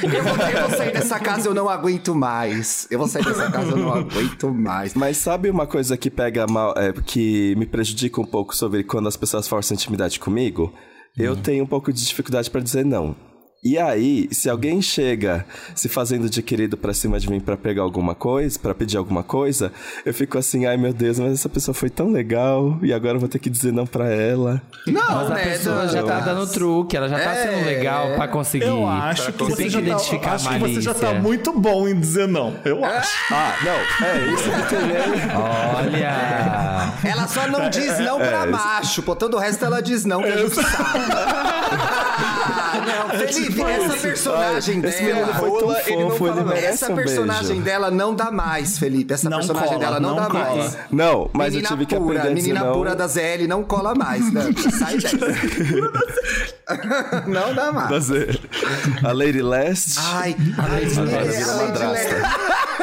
Speaker 1: Eu vou, eu vou sair dessa casa, eu não aguento mais. Eu vou sair dessa casa, eu não aguento mais.
Speaker 4: Mas sabe uma coisa que pega mal, é, que me prejudica um pouco sobre quando as pessoas forçam intimidade comigo? Eu tenho um pouco de dificuldade pra dizer não. E aí, se alguém chega se fazendo de querido pra cima de mim pra pegar alguma coisa, pra pedir alguma coisa, eu fico assim, ai meu Deus, mas essa pessoa foi tão legal e agora eu vou ter que dizer não pra ela.
Speaker 1: Não,
Speaker 5: Mas a
Speaker 1: né,
Speaker 5: pessoa
Speaker 1: não.
Speaker 5: já tá dando truque, ela já tá
Speaker 1: É.
Speaker 5: sendo legal pra conseguir.
Speaker 6: Eu acho que
Speaker 5: Tem
Speaker 6: você já
Speaker 5: identificar
Speaker 6: tá,
Speaker 5: a
Speaker 6: acho que você já tá
Speaker 5: malícia.
Speaker 6: muito bom em dizer não. Eu
Speaker 1: É.
Speaker 6: acho.
Speaker 4: Ah, não, é isso que tem, né?
Speaker 5: Olha!
Speaker 1: Ela só não diz não
Speaker 4: É,
Speaker 1: pra macho, pô. Todo o resto ela diz não, que a gente sabe. [laughs] Ah, não, Felipe, essa personagem
Speaker 4: Esse menino
Speaker 1: dela.
Speaker 4: foi tão
Speaker 2: Rola, ele não
Speaker 4: fofo, ele,
Speaker 2: fala não.
Speaker 4: merece
Speaker 1: Essa
Speaker 4: um
Speaker 1: personagem
Speaker 4: beijo.
Speaker 1: dela não dá mais, Felipe. Essa
Speaker 6: Não
Speaker 1: personagem
Speaker 6: cola,
Speaker 1: dela não,
Speaker 6: não
Speaker 1: dá
Speaker 6: cola.
Speaker 1: mais.
Speaker 4: [laughs] Não, mas
Speaker 1: menina
Speaker 4: eu tive que
Speaker 1: pura,
Speaker 4: aprender a dizer
Speaker 1: menina
Speaker 4: não.
Speaker 1: pura da ZL não cola mais, né? Sai dessa. [laughs] não dá mais.
Speaker 4: da Z. A Lady Lest.
Speaker 1: Ai, ai,
Speaker 4: Lady
Speaker 1: é,
Speaker 4: Leste.
Speaker 1: a Lady Leste.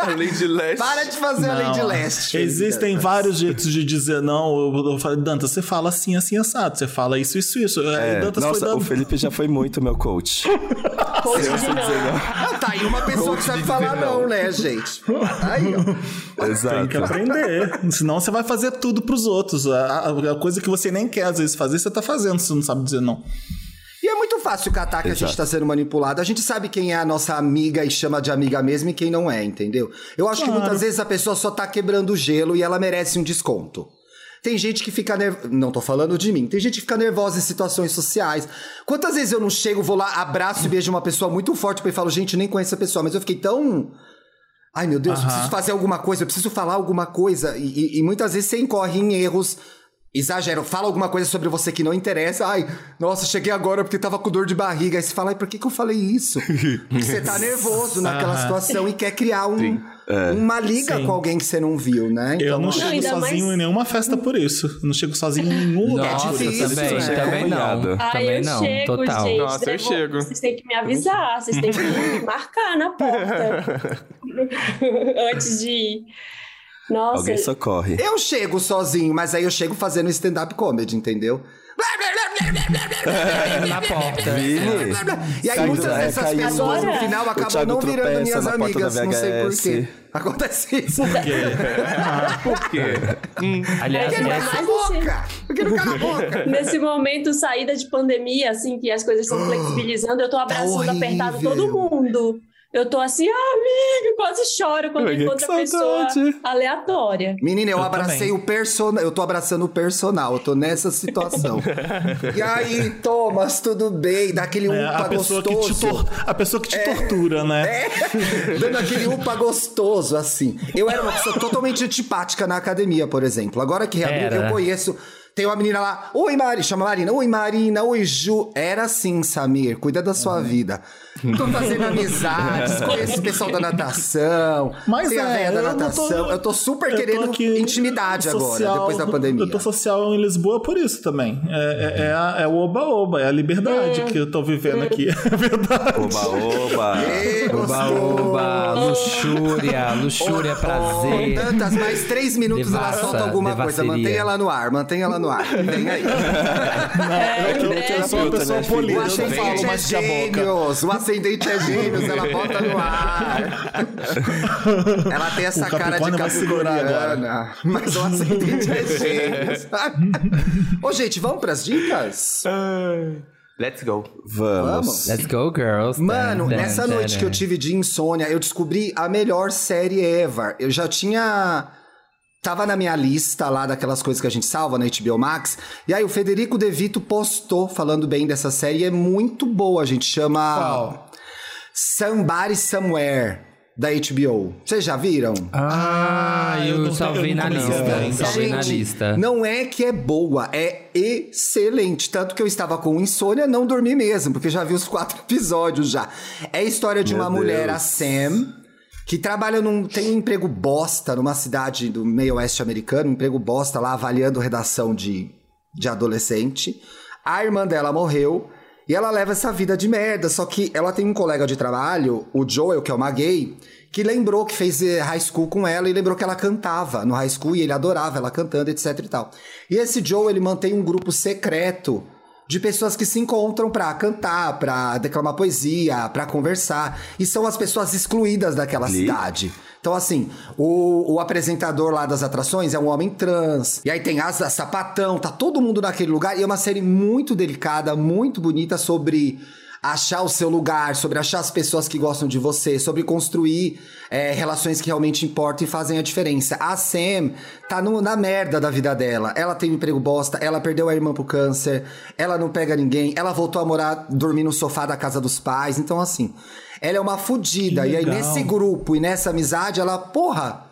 Speaker 2: A Lady Leste.
Speaker 1: Para de fazer a Lady Leste. né? Tá.
Speaker 6: Existem vários jeitos de dizer não. Eu, eu falei, Dantas, você fala assim, assim, assado. Você fala isso, isso, isso. Aí
Speaker 4: É,
Speaker 6: Dantas foi
Speaker 4: nossa,
Speaker 6: dando.
Speaker 4: o Felipe já foi muito meu coach.
Speaker 3: Coach de não.
Speaker 1: Ah, tá aí uma pessoa que sabe falar não, né, gente? Aí, ó.
Speaker 6: [laughs] Tem que
Speaker 1: né?
Speaker 4: Exato.
Speaker 6: aprender. [laughs] Senão você vai fazer tudo pros outros. A, a- a coisa que você nem quer às vezes fazer, você tá fazendo, você não sabe dizer não.
Speaker 1: E é muito fácil catar que a gente
Speaker 4: Exato.
Speaker 1: tá sendo manipulado. A gente sabe quem é a nossa amiga e chama de amiga mesmo e quem não é, entendeu? Eu acho que
Speaker 6: Claro.
Speaker 1: muitas vezes a pessoa só tá quebrando o gelo e ela merece um desconto. Tem gente que fica nervosa. Não tô falando de mim. Tem gente que fica nervosa em situações sociais. Quantas vezes eu não chego, vou lá, abraço e beijo uma pessoa muito forte e falo, gente, nem conheço a pessoa, mas eu fiquei tão. Ai, meu Deus, eu preciso fazer alguma coisa, eu preciso falar alguma coisa. E, e- e muitas vezes você incorre em erros. Exagero, fala alguma coisa sobre você que não interessa. Ai, nossa, cheguei agora porque tava com dor de barriga.
Speaker 6: [laughs]
Speaker 1: Aí você fala, ai, por que, que eu falei isso? Porque você tá nervoso naquela situação e quer criar um,
Speaker 4: é.
Speaker 1: Uma liga
Speaker 6: Sim.
Speaker 1: com alguém que você não viu, né?
Speaker 6: Eu
Speaker 1: ó,
Speaker 3: Então,
Speaker 6: não
Speaker 3: Não,
Speaker 6: chego
Speaker 3: ainda
Speaker 6: sozinho
Speaker 3: mais-
Speaker 6: em nenhuma festa por isso. Eu não chego sozinho em nenhum lugar
Speaker 5: Nossa,
Speaker 6: por isso.
Speaker 1: isso,
Speaker 5: também,
Speaker 1: É né?
Speaker 5: também não.
Speaker 4: Acompanhado.
Speaker 3: Ah,
Speaker 5: também
Speaker 3: eu
Speaker 5: não,
Speaker 3: chego,
Speaker 5: total.
Speaker 3: gente.
Speaker 2: Nossa, eu
Speaker 3: Devo-
Speaker 2: chego.
Speaker 3: Vocês têm que me avisar, vocês têm que
Speaker 1: [laughs]
Speaker 3: me marcar na porta antes de ir. Nossa,
Speaker 1: [laughs]
Speaker 4: Alguém socorre.
Speaker 1: Eu chego sozinho, mas aí eu chego fazendo stand-up comedy, entendeu?
Speaker 5: Tá Na porta.
Speaker 4: Vini,
Speaker 1: E aí
Speaker 4: Caiu,
Speaker 1: muitas
Speaker 4: é,
Speaker 1: dessas
Speaker 4: caiu.
Speaker 1: pessoas no
Speaker 3: Agora-
Speaker 1: final
Speaker 4: O
Speaker 1: acabam
Speaker 4: Thiago
Speaker 1: não virando
Speaker 4: tropeça
Speaker 1: minhas
Speaker 4: na porta
Speaker 1: amigas,
Speaker 4: da
Speaker 1: não sei
Speaker 4: VHS.
Speaker 1: porquê. Acontece
Speaker 6: [laughs]
Speaker 1: isso.
Speaker 2: Por quê?
Speaker 5: Aliás,
Speaker 1: Porque não
Speaker 3: [laughs]
Speaker 1: cala
Speaker 5: essa-
Speaker 1: a
Speaker 3: mais
Speaker 1: boca! Porque não cala a boca!
Speaker 3: nesse momento, saída de pandemia, assim, que as coisas
Speaker 1: [gasps]
Speaker 3: estão flexibilizando, eu tô abraçando,
Speaker 1: Tá horrível.
Speaker 3: apertado todo mundo. Eu tô assim, ah, amigo, quase choro quando
Speaker 4: Ai, que
Speaker 3: encontro a pessoa
Speaker 4: saudade.
Speaker 1: [laughs]
Speaker 3: aleatória.
Speaker 1: Menina, eu,
Speaker 5: Eu
Speaker 1: abracei
Speaker 5: também.
Speaker 1: o personal. Eu tô abraçando o personal, eu tô nessa situação.
Speaker 6: [laughs]
Speaker 1: e aí, Thomas, tudo bem? Dá aquele
Speaker 6: É,
Speaker 1: upa
Speaker 6: a, pessoa que te
Speaker 1: gostoso. É.
Speaker 6: tor- a pessoa que te tortura, né?
Speaker 1: [laughs] Dando aquele upa gostoso, assim. Eu era uma pessoa totalmente antipática na academia, por exemplo. Agora que reabriu,
Speaker 5: Era,
Speaker 1: eu
Speaker 5: né?
Speaker 1: conheço. Tem uma menina lá, oi Mari, chama Marina, oi Marina, oi Ju. Era assim, Samir, cuida da
Speaker 5: É.
Speaker 1: sua vida. Tô fazendo amizades,
Speaker 5: [laughs]
Speaker 1: conheço o pessoal da natação,
Speaker 6: Mas
Speaker 1: tem a
Speaker 6: é,
Speaker 1: véia da
Speaker 6: eu não tô-
Speaker 1: natação. eu tô super
Speaker 6: eu tô
Speaker 1: querendo
Speaker 6: aqui
Speaker 1: intimidade agora,
Speaker 6: social-
Speaker 1: depois da pandemia.
Speaker 6: Eu tô social em Lisboa por isso também. É, é- é a- é o oba-oba, é a liberdade que eu tô vivendo aqui. É verdade.
Speaker 4: oba, oba.
Speaker 1: Ei,
Speaker 5: Oba,
Speaker 1: gostoso.
Speaker 3: [laughs]
Speaker 5: oba, luxúria, luxúria, prazer.
Speaker 1: Tantas, mais três minutos ela
Speaker 5: Devassa,
Speaker 1: solta alguma coisa.
Speaker 5: devasseria.
Speaker 1: Mantenha ela no ar, mantenha ela no ar. Vem aí.
Speaker 3: É, em
Speaker 6: Eu, eu
Speaker 3: breve.
Speaker 6: sou uma pessoa
Speaker 4: né, filho?
Speaker 1: O
Speaker 6: polida, eu não falo
Speaker 1: ascendente é
Speaker 6: mais que a boca.
Speaker 1: gêmeos, o ascendente é gêmeos, ela bota no ar.
Speaker 6: [laughs]
Speaker 1: Ela tem essa
Speaker 6: O
Speaker 1: cara de
Speaker 6: Capricórnio vai segurar
Speaker 1: capricorniana, mas o ascendente é
Speaker 6: [laughs]
Speaker 1: gêmeos. Ô, gente, vamos pras dicas?
Speaker 2: Let's go.
Speaker 1: Vamos.
Speaker 4: Vamos.
Speaker 5: Let's go, girls.
Speaker 1: Mano,
Speaker 5: Tan, tan,
Speaker 1: nessa
Speaker 5: tan,
Speaker 1: noite que eu
Speaker 5: tan.
Speaker 1: tive de insônia, eu descobri a melhor série ever. Eu já tinha. Tava na minha lista lá daquelas coisas que a gente salva na HBO Max. E aí o Federico De Vito postou falando bem dessa série. e é muito boa, a gente chama.
Speaker 6: Qual?
Speaker 1: Somebody Somewhere, da HBO. Vocês já viram?
Speaker 5: Ah,
Speaker 6: Ah, eu
Speaker 5: eu,
Speaker 6: não-
Speaker 5: salvei
Speaker 6: eu não
Speaker 5: na
Speaker 6: comecei
Speaker 5: lista.
Speaker 6: a ver, então.
Speaker 5: Salvei na
Speaker 1: Gente,
Speaker 5: lista.
Speaker 1: Não é que é boa, é excelente. Tanto que eu estava com insônia, não dormi mesmo, porque já vi os quatro [laughs] episódios já. É a história de
Speaker 4: Meu
Speaker 1: uma mulher,
Speaker 4: Deus.
Speaker 1: a Sam, que trabalha num. tem um emprego bosta numa cidade do meio oeste americano, um emprego bosta lá, avaliando redação de, de adolescente. A irmã dela morreu. E ela leva essa vida de merda, só que ela tem um colega de trabalho, o Joel, que é uma gay, que lembrou que fez eh, high school com ela e lembrou que ela cantava no high school e ele adorava ela cantando, etc e tal. E esse Joel, ele mantém um grupo secreto de pessoas que se encontram pra cantar, pra declamar poesia, pra conversar, e são as pessoas excluídas daquela
Speaker 4: Li.
Speaker 1: cidade. Então, assim, o, o apresentador lá das atrações é um homem trans. E aí tem asa, sapatão, tá todo mundo naquele lugar. E é uma série muito delicada, muito bonita sobre achar o seu lugar, sobre achar as pessoas que gostam de você, sobre construir é, relações que realmente importam e fazem a diferença. A Sam tá no- na merda da vida dela. Ela tem um emprego bosta, ela perdeu a irmã pro câncer, ela não pega ninguém, ela voltou a morar, dormir no sofá da casa dos pais. Então, assim, ela é uma fudida.
Speaker 6: Que
Speaker 1: E aí,
Speaker 6: legal.
Speaker 1: nesse grupo e nessa amizade, ela, porra,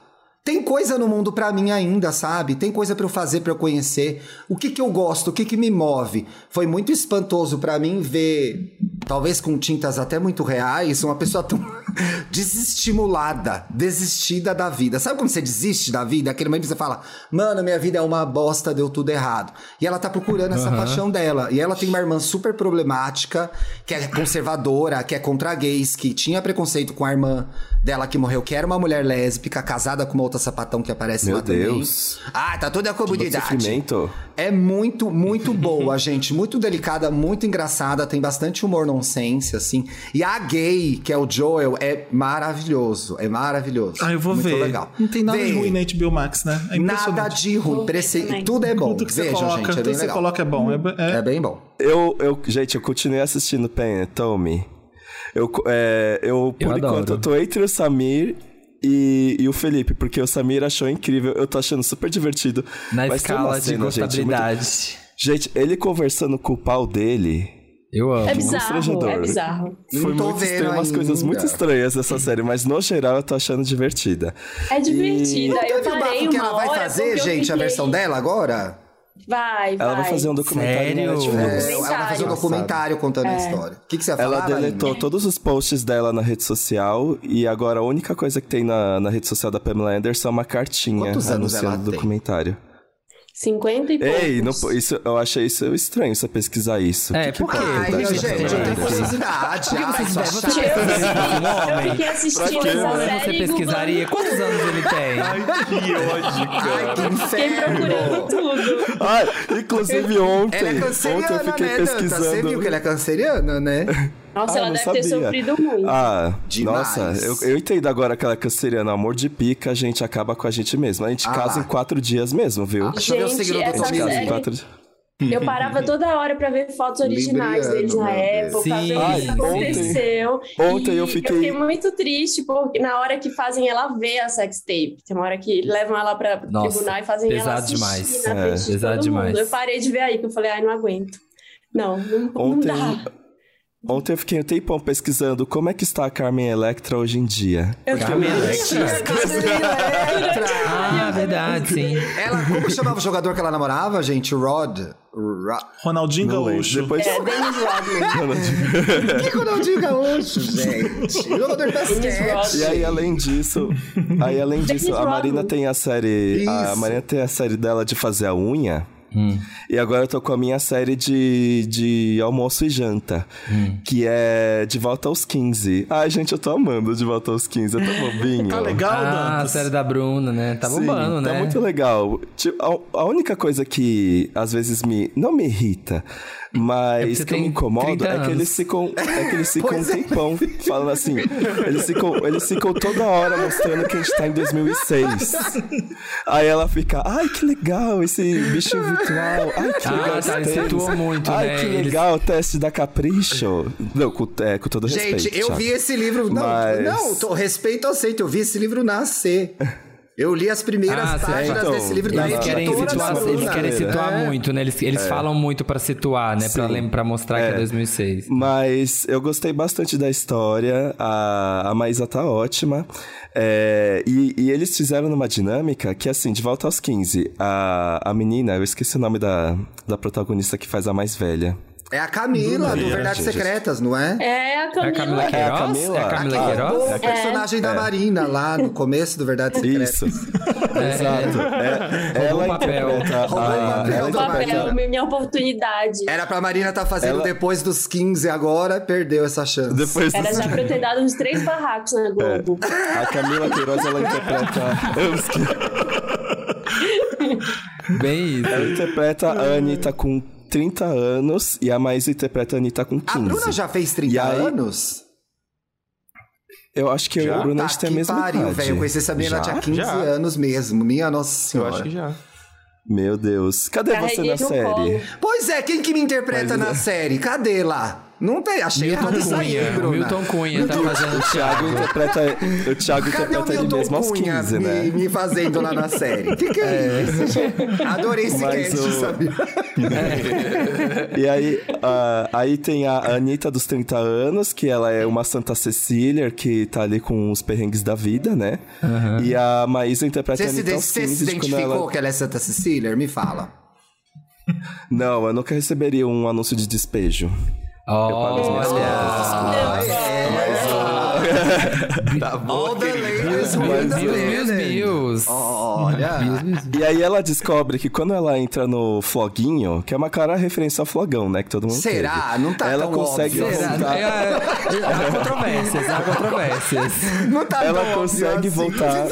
Speaker 1: tem coisa no mundo pra mim ainda, sabe? Tem coisa pra eu fazer, pra eu conhecer. O que que eu gosto? O que que me move? Foi muito espantoso pra mim ver, talvez com tintas até muito reais, uma pessoa tão [laughs] desestimulada, desistida da vida. Sabe quando você desiste da vida? Aquele momento que você fala, mano, minha vida é uma bosta, deu tudo errado. E ela tá procurando essa paixão dela. E ela tem uma irmã super problemática, que é conservadora, que é contra gays, que tinha preconceito com a irmã dela que morreu, que era uma mulher lésbica, casada com uma outra sapatão que aparece
Speaker 4: Meu
Speaker 1: lá
Speaker 4: Deus.
Speaker 1: também. Ah, tá toda a
Speaker 4: Muito
Speaker 1: comunidade.
Speaker 4: sofrimento.
Speaker 1: É muito,
Speaker 6: [laughs]
Speaker 1: muito boa, gente. Muito delicada, muito engraçada. Tem bastante humor nonsense, assim. E a gay, que é o Joel, é maravilhoso. É maravilhoso.
Speaker 6: Ah, eu vou
Speaker 1: muito
Speaker 6: ver.
Speaker 1: legal.
Speaker 6: Não tem nada
Speaker 1: Vê.
Speaker 6: de ruim na HBO Max, né? É
Speaker 1: Nada
Speaker 6: impressionante.
Speaker 1: de ruim.
Speaker 3: Vou ver
Speaker 1: Prece-
Speaker 3: também.
Speaker 1: Tudo é bom.
Speaker 6: Tudo que você
Speaker 1: Vejam,
Speaker 6: coloca,
Speaker 1: gente. É
Speaker 6: tudo
Speaker 1: bem
Speaker 6: que você
Speaker 1: legal.
Speaker 6: coloca é bom. É, é-
Speaker 1: É bem bom.
Speaker 4: Eu, eu, gente, eu continuei assistindo Pen, Tommy. Eu, co- é, eu, por
Speaker 5: Eu adoro.
Speaker 4: enquanto, eu tô entre o Samir e, e o Felipe, porque o Samir achou incrível, eu tô achando super divertido.
Speaker 5: Na
Speaker 4: Mas tem uma
Speaker 5: escala de
Speaker 4: cena, gente, muito- É
Speaker 5: contabilidade.
Speaker 4: Gente, ele conversando com o pau dele.
Speaker 5: Eu amo.
Speaker 3: É
Speaker 4: constrangedor.
Speaker 3: bizarro, é bizarro.
Speaker 1: Não
Speaker 4: Foi
Speaker 1: tô
Speaker 4: muito
Speaker 1: vendo
Speaker 4: estranho, umas coisas
Speaker 1: ainda.
Speaker 4: muito estranhas dessa série, mas no geral eu tô achando divertida.
Speaker 3: É divertida.
Speaker 1: Não
Speaker 3: Eu
Speaker 1: teve o
Speaker 3: parei
Speaker 1: Então, um bafo que
Speaker 3: uma
Speaker 1: ela vai
Speaker 3: hora
Speaker 1: fazer,
Speaker 3: porque eu
Speaker 1: gente, a
Speaker 3: fiquei-
Speaker 1: versão dela agora?
Speaker 3: Vai, vai.
Speaker 4: Ela vai fazer um documentário
Speaker 5: Sério?
Speaker 4: na Netflix.
Speaker 1: É, ela vai fazer um
Speaker 3: Documentário.
Speaker 1: documentário contando
Speaker 3: É.
Speaker 1: a história. O que, que você ia falar,
Speaker 4: Ela deletou
Speaker 1: Aline?
Speaker 4: todos os posts dela na rede social e agora a única coisa que tem na, na rede social da Pamela Anderson é uma cartinha
Speaker 1: Quantos anos
Speaker 4: anunciando
Speaker 1: ela
Speaker 4: o
Speaker 1: tem?
Speaker 4: documentário.
Speaker 3: 50 e poucos.
Speaker 4: Ei, não po- isso, eu achei isso estranho, você pesquisar isso.
Speaker 5: É,
Speaker 4: que
Speaker 5: por quê?
Speaker 1: Ai,
Speaker 5: Por
Speaker 4: que
Speaker 5: que
Speaker 1: meu,
Speaker 4: tá
Speaker 5: você
Speaker 1: gente, eu
Speaker 5: tá
Speaker 1: tenho
Speaker 5: vendo?
Speaker 1: curiosidade.
Speaker 5: Por que
Speaker 1: Ai,
Speaker 5: vocês
Speaker 1: só
Speaker 5: devem-
Speaker 1: chato.
Speaker 5: Você
Speaker 3: Eu
Speaker 5: pesquisa
Speaker 3: fiquei-
Speaker 5: um homem?
Speaker 3: Eu fiquei assistindo
Speaker 5: Que
Speaker 3: essa
Speaker 5: homem
Speaker 3: série.
Speaker 5: você pesquisaria? Quantos anos ele tem?
Speaker 2: Que ódio,
Speaker 1: Ai, que
Speaker 2: cara.
Speaker 3: Fiquei procurando
Speaker 1: inferno.
Speaker 4: [laughs]
Speaker 3: tudo.
Speaker 4: [laughs] Ah, inclusive ontem,
Speaker 1: Ela é
Speaker 4: ontem eu
Speaker 1: canceriana,
Speaker 4: fiquei
Speaker 1: né, Danta?
Speaker 4: pesquisando.
Speaker 1: Você viu que ela é canceriana, né?
Speaker 3: Nossa,
Speaker 4: Ah,
Speaker 3: ela
Speaker 4: não
Speaker 3: deve ter
Speaker 4: sabia.
Speaker 3: sofrido muito.
Speaker 4: Ah,
Speaker 1: Demais.
Speaker 4: nossa, eu, eu entendo agora que ela é canceriana. Amor de pica, a gente acaba com a gente mesmo. A gente
Speaker 1: Ah
Speaker 4: casa
Speaker 1: lá.
Speaker 4: em quatro dias mesmo, viu?
Speaker 1: Ah, Deixa eu ver o
Speaker 3: Gente,
Speaker 1: signo do
Speaker 4: a
Speaker 3: essa
Speaker 4: gente
Speaker 1: Tommy
Speaker 4: casa
Speaker 1: série-
Speaker 4: em quatro dias.
Speaker 3: Eu parava toda hora pra ver fotos originais
Speaker 1: Libriano,
Speaker 3: deles na
Speaker 1: meu Deus.
Speaker 3: época,
Speaker 5: Sim.
Speaker 3: ver o que
Speaker 4: Ai, ontem-
Speaker 3: aconteceu.
Speaker 4: ontem
Speaker 3: E
Speaker 4: eu fiquei-
Speaker 3: muito triste, porque na hora que fazem ela ver a sex tape, tem uma hora que levam ela pra
Speaker 5: Nossa,
Speaker 3: tribunal e fazem ela
Speaker 5: pesado
Speaker 3: assistir
Speaker 5: demais.
Speaker 3: na
Speaker 4: É,
Speaker 3: frente de
Speaker 5: pesado
Speaker 3: todo
Speaker 5: demais.
Speaker 3: mundo. Eu parei de ver aí, que eu falei, ai, não aguento. Não, não, não
Speaker 4: Ontem,
Speaker 3: dá.
Speaker 4: ontem eu fiquei um tempão pesquisando como é que está a Carmen Electra hoje em dia. [laughs]
Speaker 5: Carmen
Speaker 1: Ela é canceriana.
Speaker 5: Ah, verdade, sim.
Speaker 1: Ela, como chamava o jogador que ela namorava, gente? Rod. Ro-
Speaker 6: Ronaldinho
Speaker 4: Não lembro.
Speaker 6: Gaúcho.
Speaker 4: Depois...
Speaker 3: É, Dennis Rodman.
Speaker 1: Por que que eu não digo gaúcho, gente? Jogador de basquete.
Speaker 4: E aí, além disso, aí, além disso, a
Speaker 3: Rodman.
Speaker 4: Marina tem a série. A
Speaker 1: Isso.
Speaker 4: Marina tem a série dela de fazer a unha.
Speaker 6: Hum.
Speaker 4: E agora eu tô com a minha série de, de almoço e janta,
Speaker 6: Hum.
Speaker 4: que é De Volta aos 15. Ai, gente, eu tô amando De Volta aos 15, é tão bobinho.
Speaker 6: Tá legal,
Speaker 5: Ah, a
Speaker 6: Dantas?
Speaker 5: série da Bruna, né? Tá
Speaker 4: Sim,
Speaker 5: bombando, né?
Speaker 4: Tá muito legal. Tipo, a, a única coisa que às vezes me. não me irrita,
Speaker 5: É porque
Speaker 4: mas
Speaker 5: você
Speaker 4: que eu
Speaker 5: tem
Speaker 4: me incomodo
Speaker 5: 30
Speaker 4: é que
Speaker 5: anos.
Speaker 4: eles ficam. É que
Speaker 5: [laughs]
Speaker 4: eles ficam um
Speaker 1: Pois é.
Speaker 4: tempão falando assim. Eles ficam, eles ficam toda hora mostrando que a gente tá em 2006. Aí ela fica, ai, que legal esse bicho virtual. Ai, que
Speaker 5: Ah,
Speaker 4: legal. esse
Speaker 5: tá, eles
Speaker 4: tênis.
Speaker 5: situam muito,
Speaker 4: Ai,
Speaker 5: né?
Speaker 4: que
Speaker 5: Eles-
Speaker 4: legal o teste da Capricho. Não, com, é, com todo respeito.
Speaker 1: Gente, eu
Speaker 4: Thiago.
Speaker 1: vi esse livro. Não,
Speaker 4: Mas-
Speaker 1: não tô, respeito eu aceito. Eu vi esse livro nascer. Eu li as primeiras
Speaker 5: Ah, certo.
Speaker 1: páginas
Speaker 4: Então,
Speaker 1: desse livro da
Speaker 5: Eles
Speaker 4: Não,
Speaker 5: querem,
Speaker 4: não,
Speaker 1: editora da
Speaker 5: situar,
Speaker 4: não,
Speaker 5: eles
Speaker 4: não,
Speaker 1: Bruna.
Speaker 5: querem
Speaker 4: não.
Speaker 5: situar muito, né? Eles, eles falam muito pra situar, né? Pra,
Speaker 4: Sim.
Speaker 5: lem- pra mostrar que é 2006.
Speaker 4: Mas eu gostei bastante da história, a, a Maísa tá ótima. É, e, e eles fizeram numa dinâmica que, assim, de volta aos 15, a, a menina, eu esqueci o nome da, da protagonista que faz a mais velha.
Speaker 1: É a Camila, do
Speaker 4: Bruna.
Speaker 1: Verdades
Speaker 4: Gente.
Speaker 1: Secretas, não é?
Speaker 3: É a
Speaker 5: É a
Speaker 3: Camila.
Speaker 5: Camila
Speaker 4: É a
Speaker 5: Queiroz?
Speaker 4: Camila?
Speaker 5: É a Camila
Speaker 4: Ah,
Speaker 5: Queiroz?
Speaker 1: O personagem da Marina lá no começo do Verdades Secretas. [laughs]
Speaker 4: Isso.
Speaker 5: É.
Speaker 4: Exato. É,
Speaker 5: Roubou
Speaker 4: ela
Speaker 5: o papel.
Speaker 4: interpreta
Speaker 1: Roubou o
Speaker 4: a-
Speaker 1: papel
Speaker 5: é
Speaker 4: ela
Speaker 1: do
Speaker 3: O
Speaker 4: interpreta-
Speaker 1: Marina.
Speaker 3: papel, minha oportunidade.
Speaker 1: Era pra Marina estar fazendo
Speaker 4: Ela-
Speaker 1: depois dos 15 agora, perdeu essa chance.
Speaker 5: É.
Speaker 4: Depois
Speaker 3: Era já pra eu ter dado uns três barracos na Globo.
Speaker 4: a Camila Queiroz ela interpreta
Speaker 5: Bem isso.
Speaker 4: ela interpreta a Anitta com 30 anos e a Maísa interpreta a Anitta com
Speaker 1: A
Speaker 4: 15.
Speaker 1: Bruna já fez 30
Speaker 4: E aí-
Speaker 1: anos?
Speaker 4: Eu acho que eu e a Bruna a gente
Speaker 1: Tá
Speaker 4: tem a
Speaker 1: que
Speaker 4: mesma
Speaker 1: pariu,
Speaker 4: idade.
Speaker 1: velho. Eu conheci essa menina
Speaker 4: Já?
Speaker 1: tinha 15
Speaker 2: Já.
Speaker 1: anos mesmo. Minha nossa
Speaker 2: Eu
Speaker 1: senhora.
Speaker 2: acho que já.
Speaker 4: Meu Deus. Cadê você
Speaker 3: Carreguei
Speaker 4: na
Speaker 3: no colo.
Speaker 4: série?
Speaker 1: Pois é, quem que me interpreta
Speaker 4: é-
Speaker 1: na série? Cadê lá? Não tem. Achei errado
Speaker 5: Milton
Speaker 1: isso aí,
Speaker 5: Cunha.
Speaker 1: Bruna.
Speaker 5: Milton Cunha tá fazendo o
Speaker 4: Thiago
Speaker 5: Thiago.
Speaker 4: interpreta, o Thiago
Speaker 1: Cadê o
Speaker 4: interpreta ele
Speaker 1: Milton
Speaker 4: mesmo aos
Speaker 1: Cunha
Speaker 4: 15,
Speaker 1: me,
Speaker 4: né?
Speaker 1: me fazendo lá na série? Que que é, isso, gente? Adorei esse
Speaker 4: Mas
Speaker 1: cast,
Speaker 4: o-
Speaker 1: sabe?
Speaker 4: E aí, ah, aí tem a Anitta dos 30 anos, que ela é uma Santa Cecília, que tá ali com os perrengues da vida, né? E a Maísa interpreta
Speaker 1: Você
Speaker 4: a
Speaker 1: se,
Speaker 4: Anitta
Speaker 1: iden-
Speaker 4: tá aos
Speaker 1: você se
Speaker 4: 15, de quando
Speaker 1: identificou
Speaker 4: ela...
Speaker 1: que ela é Santa Cecília? Me fala.
Speaker 4: Não, eu nunca receberia um anúncio de despejo.
Speaker 5: Olha.
Speaker 2: Tá bom,
Speaker 1: All the
Speaker 2: querido.
Speaker 1: ladies with the
Speaker 5: Meus
Speaker 1: linen.
Speaker 5: Bills.
Speaker 1: Olha.
Speaker 4: E aí ela descobre que quando ela entra no floguinho, que é uma cara referência ao flogão, né? Que todo mundo
Speaker 1: Será?
Speaker 4: teve,
Speaker 1: Não tá
Speaker 4: Ela
Speaker 1: tão
Speaker 4: consegue
Speaker 1: óbvio.
Speaker 5: Será?
Speaker 4: voltar...
Speaker 5: É, é, Há controvérsias, há controvérsias.
Speaker 1: Não tá
Speaker 4: ela
Speaker 1: tão óbvio
Speaker 4: consegue
Speaker 1: assim. [laughs]
Speaker 4: voltar.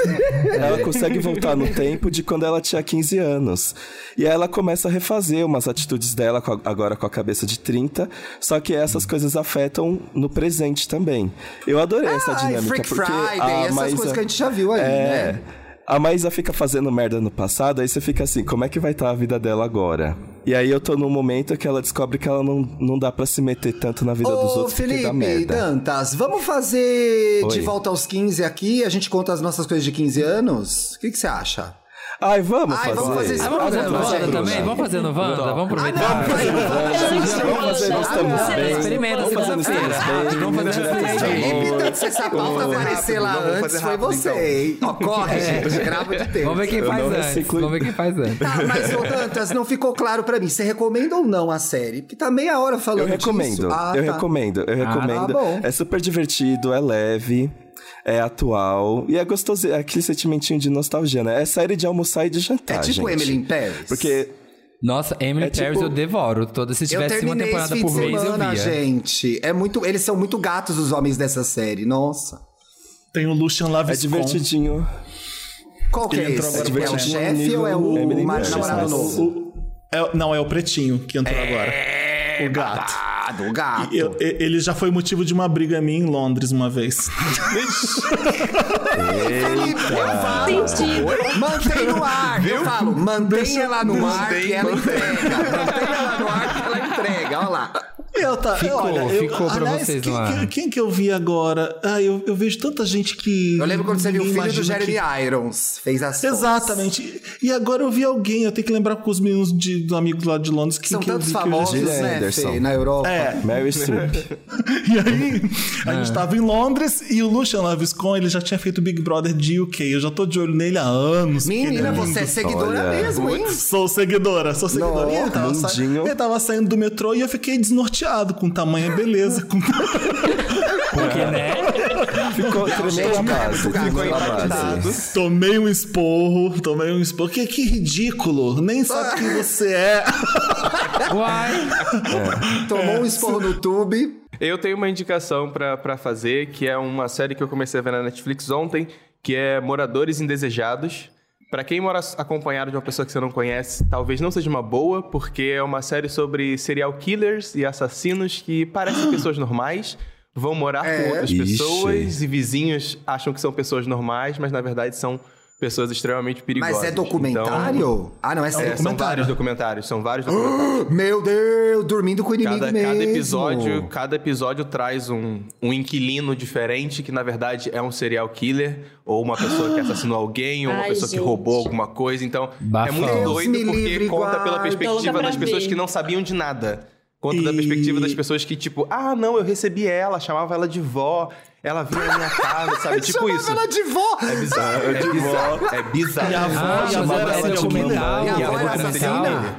Speaker 4: ela consegue voltar no tempo de quando ela tinha 15 anos. E aí ela começa a refazer umas atitudes dela com a- agora com a cabeça de 30, só que essas coisas afetam no presente também. Eu adorei essa
Speaker 1: Ai,
Speaker 4: dinâmica
Speaker 1: Freak
Speaker 4: porque a
Speaker 1: Friday, essas
Speaker 4: Maísa-
Speaker 1: coisas que a gente já viu aí,
Speaker 4: é,
Speaker 1: né?
Speaker 4: A Maísa fica fazendo merda no passado, aí você fica assim, como é que vai estar a vida dela agora? E aí eu tô num momento que ela descobre que ela não, não dá pra se meter tanto na vida dos
Speaker 1: Ô,
Speaker 4: outros porque dá
Speaker 1: Felipe,
Speaker 4: merda.
Speaker 1: Dantas, vamos fazer
Speaker 4: Oi.
Speaker 1: de volta aos 15 aqui? A gente conta as nossas coisas de 15 anos? O que que você acha?
Speaker 4: Ai, vamos
Speaker 1: Ai,
Speaker 4: fazer.
Speaker 1: vamos fazer isso.
Speaker 5: Ah, vamos fazer no
Speaker 1: Olha,
Speaker 5: Wanda
Speaker 1: gente.
Speaker 5: também? Vamos fazer no Wanda? Vamos aproveitar.
Speaker 4: Vamos fazer,
Speaker 3: Gente,
Speaker 4: nós estamos
Speaker 3: vamos
Speaker 4: bem.
Speaker 5: Experimenta
Speaker 4: Vamos fazer, nós
Speaker 5: segunda-feira.
Speaker 4: estamos bem.
Speaker 5: Vamos fazer
Speaker 4: Direto
Speaker 5: segunda-feira.
Speaker 4: de
Speaker 1: Felipe
Speaker 4: amor.
Speaker 1: tá se essa pauta
Speaker 2: Vamos fazer
Speaker 1: aparecer
Speaker 2: rápido,
Speaker 1: lá
Speaker 2: vamos fazer
Speaker 1: antes, foi
Speaker 2: rápido,
Speaker 1: você,
Speaker 2: então.
Speaker 1: hein? Ó, corre,
Speaker 4: É.
Speaker 1: gente, grava de tempo.
Speaker 5: Vamos ver quem
Speaker 4: Eu
Speaker 5: faz
Speaker 4: não
Speaker 5: antes.
Speaker 4: reciclo-
Speaker 5: Vamos ver quem faz antes.
Speaker 1: Tá, mas, ô Dantas, não ficou claro pra mim. Você recomenda ou não a série? Porque tá meia hora falando
Speaker 4: Eu recomendo,
Speaker 1: disso. Ah,
Speaker 4: eu
Speaker 1: tá.
Speaker 4: recomendo, eu
Speaker 5: Ah, tá
Speaker 4: recomendo.
Speaker 1: bom.
Speaker 4: É super divertido, é leve, é atual e é gostoso, é aquele sentimentinho de nostalgia, né? É série de almoçar e de jantar,
Speaker 1: É tipo
Speaker 4: Tá, gente.
Speaker 1: Emily in Paris.
Speaker 4: Porque
Speaker 5: Nossa, Emily
Speaker 4: É tipo-
Speaker 5: Paris eu devoro. Toda, se
Speaker 1: eu
Speaker 5: tivesse uma
Speaker 1: terminei esse
Speaker 5: temporada
Speaker 1: fim
Speaker 5: por
Speaker 1: de
Speaker 5: mês, eu
Speaker 1: semana,
Speaker 5: via.
Speaker 1: gente. É muito, eles são muito gatos, os homens dessa série. Nossa.
Speaker 6: Tem o Lucian
Speaker 4: é
Speaker 6: Laviscon.
Speaker 4: divertidinho.
Speaker 1: Qual que
Speaker 6: Ele
Speaker 1: é
Speaker 6: entrou
Speaker 1: esse?
Speaker 6: agora
Speaker 1: É,
Speaker 6: pra
Speaker 1: o
Speaker 6: gente.
Speaker 1: chefe ou é o
Speaker 4: um Emily in
Speaker 1: mar-
Speaker 4: Paris.
Speaker 1: namorado
Speaker 4: Mas
Speaker 1: novo?
Speaker 6: É- não, é o Pretinho que entrou agora. O gato.
Speaker 1: Ah, do gato.
Speaker 6: Eu- e- ele já foi motivo de uma briga minha em Londres uma vez.
Speaker 1: Felipe, eu falo.
Speaker 3: Sentido.
Speaker 1: Mantém no ar, eu falo. Mantém ela no ar que ela entrega. Mantém ela no ar que ela entrega. Olha lá.
Speaker 6: Eu tá,
Speaker 5: Ficou,
Speaker 6: olha, eu-
Speaker 5: ficou pra
Speaker 6: aliás,
Speaker 5: vocês
Speaker 6: quem,
Speaker 5: lá.
Speaker 6: quem- quem que eu vi agora? Ah, eu, eu vejo tanta gente que.
Speaker 1: Eu lembro quando você viu o filho do
Speaker 6: imagina
Speaker 1: Jeremy
Speaker 6: que-
Speaker 1: Irons. Fez as fotos.
Speaker 6: Exatamente. E agora eu vi alguém, eu tenho que lembrar com os meninos de, do amigo lá de Londres que
Speaker 1: São
Speaker 6: que eu
Speaker 1: tantos
Speaker 6: vi [laughs] que eu
Speaker 1: famosos,
Speaker 6: já-
Speaker 4: Gillian
Speaker 1: né,
Speaker 4: Anderson.
Speaker 1: Fê, na Europa.
Speaker 6: É,
Speaker 4: Mary Streep.
Speaker 6: E aí, a
Speaker 1: É.
Speaker 6: gente tava em Londres e o Lucian Laviscon, ele já tinha feito Big Brother de UK. Eu já tô de olho nele há anos. porque ele
Speaker 1: Menina,
Speaker 6: é
Speaker 1: você é
Speaker 6: lindo.
Speaker 1: seguidora
Speaker 4: Olha,
Speaker 1: mesmo, hein?
Speaker 6: Sou seguidora, sou seguidora.
Speaker 1: Não,
Speaker 6: e ele tava, sa-
Speaker 4: lindinho.
Speaker 6: ele tava saindo do metrô e eu fiquei desnorteado com tamanha beleza. [laughs] com-
Speaker 5: Porque, né?
Speaker 4: Ficou tremendo
Speaker 1: gente,
Speaker 4: a
Speaker 1: cara,
Speaker 4: base,
Speaker 1: é muito gato,
Speaker 4: tremendo a
Speaker 1: muito
Speaker 4: base.
Speaker 1: gato.
Speaker 6: tomei um esporro, tomei um esporro. Que, que ridículo, nem sabe quem você é.
Speaker 5: Uai.
Speaker 1: Tomou um
Speaker 6: É.
Speaker 1: esporro no tube.
Speaker 2: Eu tenho uma indicação pra pra fazer, que é uma série que eu comecei a ver na Netflix ontem, que é Moradores Indesejados. Pra quem mora acompanhado de uma pessoa que você não conhece, talvez não seja uma boa, porque é uma série sobre serial killers e assassinos que
Speaker 1: [gasps]
Speaker 2: parecem pessoas normais, vão morar
Speaker 1: É.
Speaker 2: com outras
Speaker 4: Ixi.
Speaker 2: pessoas e vizinhos acham que são pessoas normais, mas na verdade são pessoas extremamente perigosas.
Speaker 1: Mas é
Speaker 2: Então,
Speaker 1: documentário? ah, não, é
Speaker 2: é,
Speaker 1: sério.
Speaker 2: são
Speaker 6: documentário.
Speaker 2: vários documentários, são vários documentários.
Speaker 1: [gasps] Meu Deus, dormindo com o inimigo
Speaker 2: Cada,
Speaker 1: mesmo.
Speaker 2: cada episódio, cada episódio traz um, um inquilino diferente que na verdade é um serial killer ou uma
Speaker 1: [gasps]
Speaker 2: pessoa que assassinou alguém ou uma
Speaker 3: Ai,
Speaker 2: pessoa
Speaker 3: gente.
Speaker 2: que roubou alguma coisa. Então
Speaker 5: Bafão.
Speaker 2: é muito
Speaker 1: Deus
Speaker 2: doido
Speaker 1: me
Speaker 2: porque
Speaker 1: livre, Então
Speaker 2: conta
Speaker 1: guarda.
Speaker 2: pela
Speaker 1: Tô
Speaker 2: perspectiva
Speaker 3: louca
Speaker 2: das
Speaker 3: pra
Speaker 2: pessoas
Speaker 3: ver.
Speaker 2: que não sabiam de nada. Conta da
Speaker 6: E-
Speaker 2: perspectiva das pessoas que tipo, ah não, eu recebi ela, chamava ela de vó, ela vinha na minha casa,
Speaker 1: [laughs]
Speaker 2: sabe? tipo
Speaker 1: Chamava
Speaker 2: isso.
Speaker 1: ela de vó.
Speaker 2: É bizarro, é bizarro, é bizarro.
Speaker 6: E a avó
Speaker 5: Ah, mas
Speaker 6: chamava
Speaker 5: era
Speaker 6: ela de
Speaker 5: documentário.
Speaker 6: Amanda.
Speaker 1: Minha
Speaker 5: E
Speaker 1: avó
Speaker 5: agora
Speaker 1: era
Speaker 5: é
Speaker 1: assassina.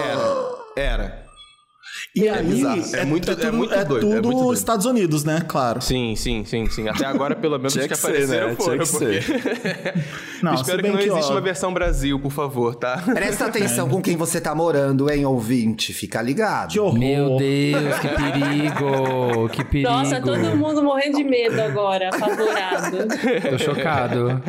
Speaker 2: Era, era.
Speaker 6: E aí,
Speaker 2: bizarro, é muito- é muito doido, é
Speaker 6: tudo
Speaker 2: muito doido.
Speaker 6: Estados Unidos, né? Claro.
Speaker 2: Sim, sim, sim, sim. Até agora, pelo menos,
Speaker 4: Tinha
Speaker 2: os que
Speaker 4: que ser,
Speaker 2: apareceram
Speaker 4: né?
Speaker 2: foram.
Speaker 4: Tinha que
Speaker 2: porque-
Speaker 6: Não, se
Speaker 2: Espero que
Speaker 6: bem
Speaker 2: não
Speaker 6: que, ó,
Speaker 2: exista uma versão Brasil, por favor, tá?
Speaker 1: Presta atenção com quem você tá morando, hein, ouvinte. Fica ligado.
Speaker 6: Que horror.
Speaker 5: Meu Deus, que perigo. Que [laughs] perigo.
Speaker 3: Nossa, todo mundo morrendo de medo agora, apavorado.
Speaker 5: Tô chocado.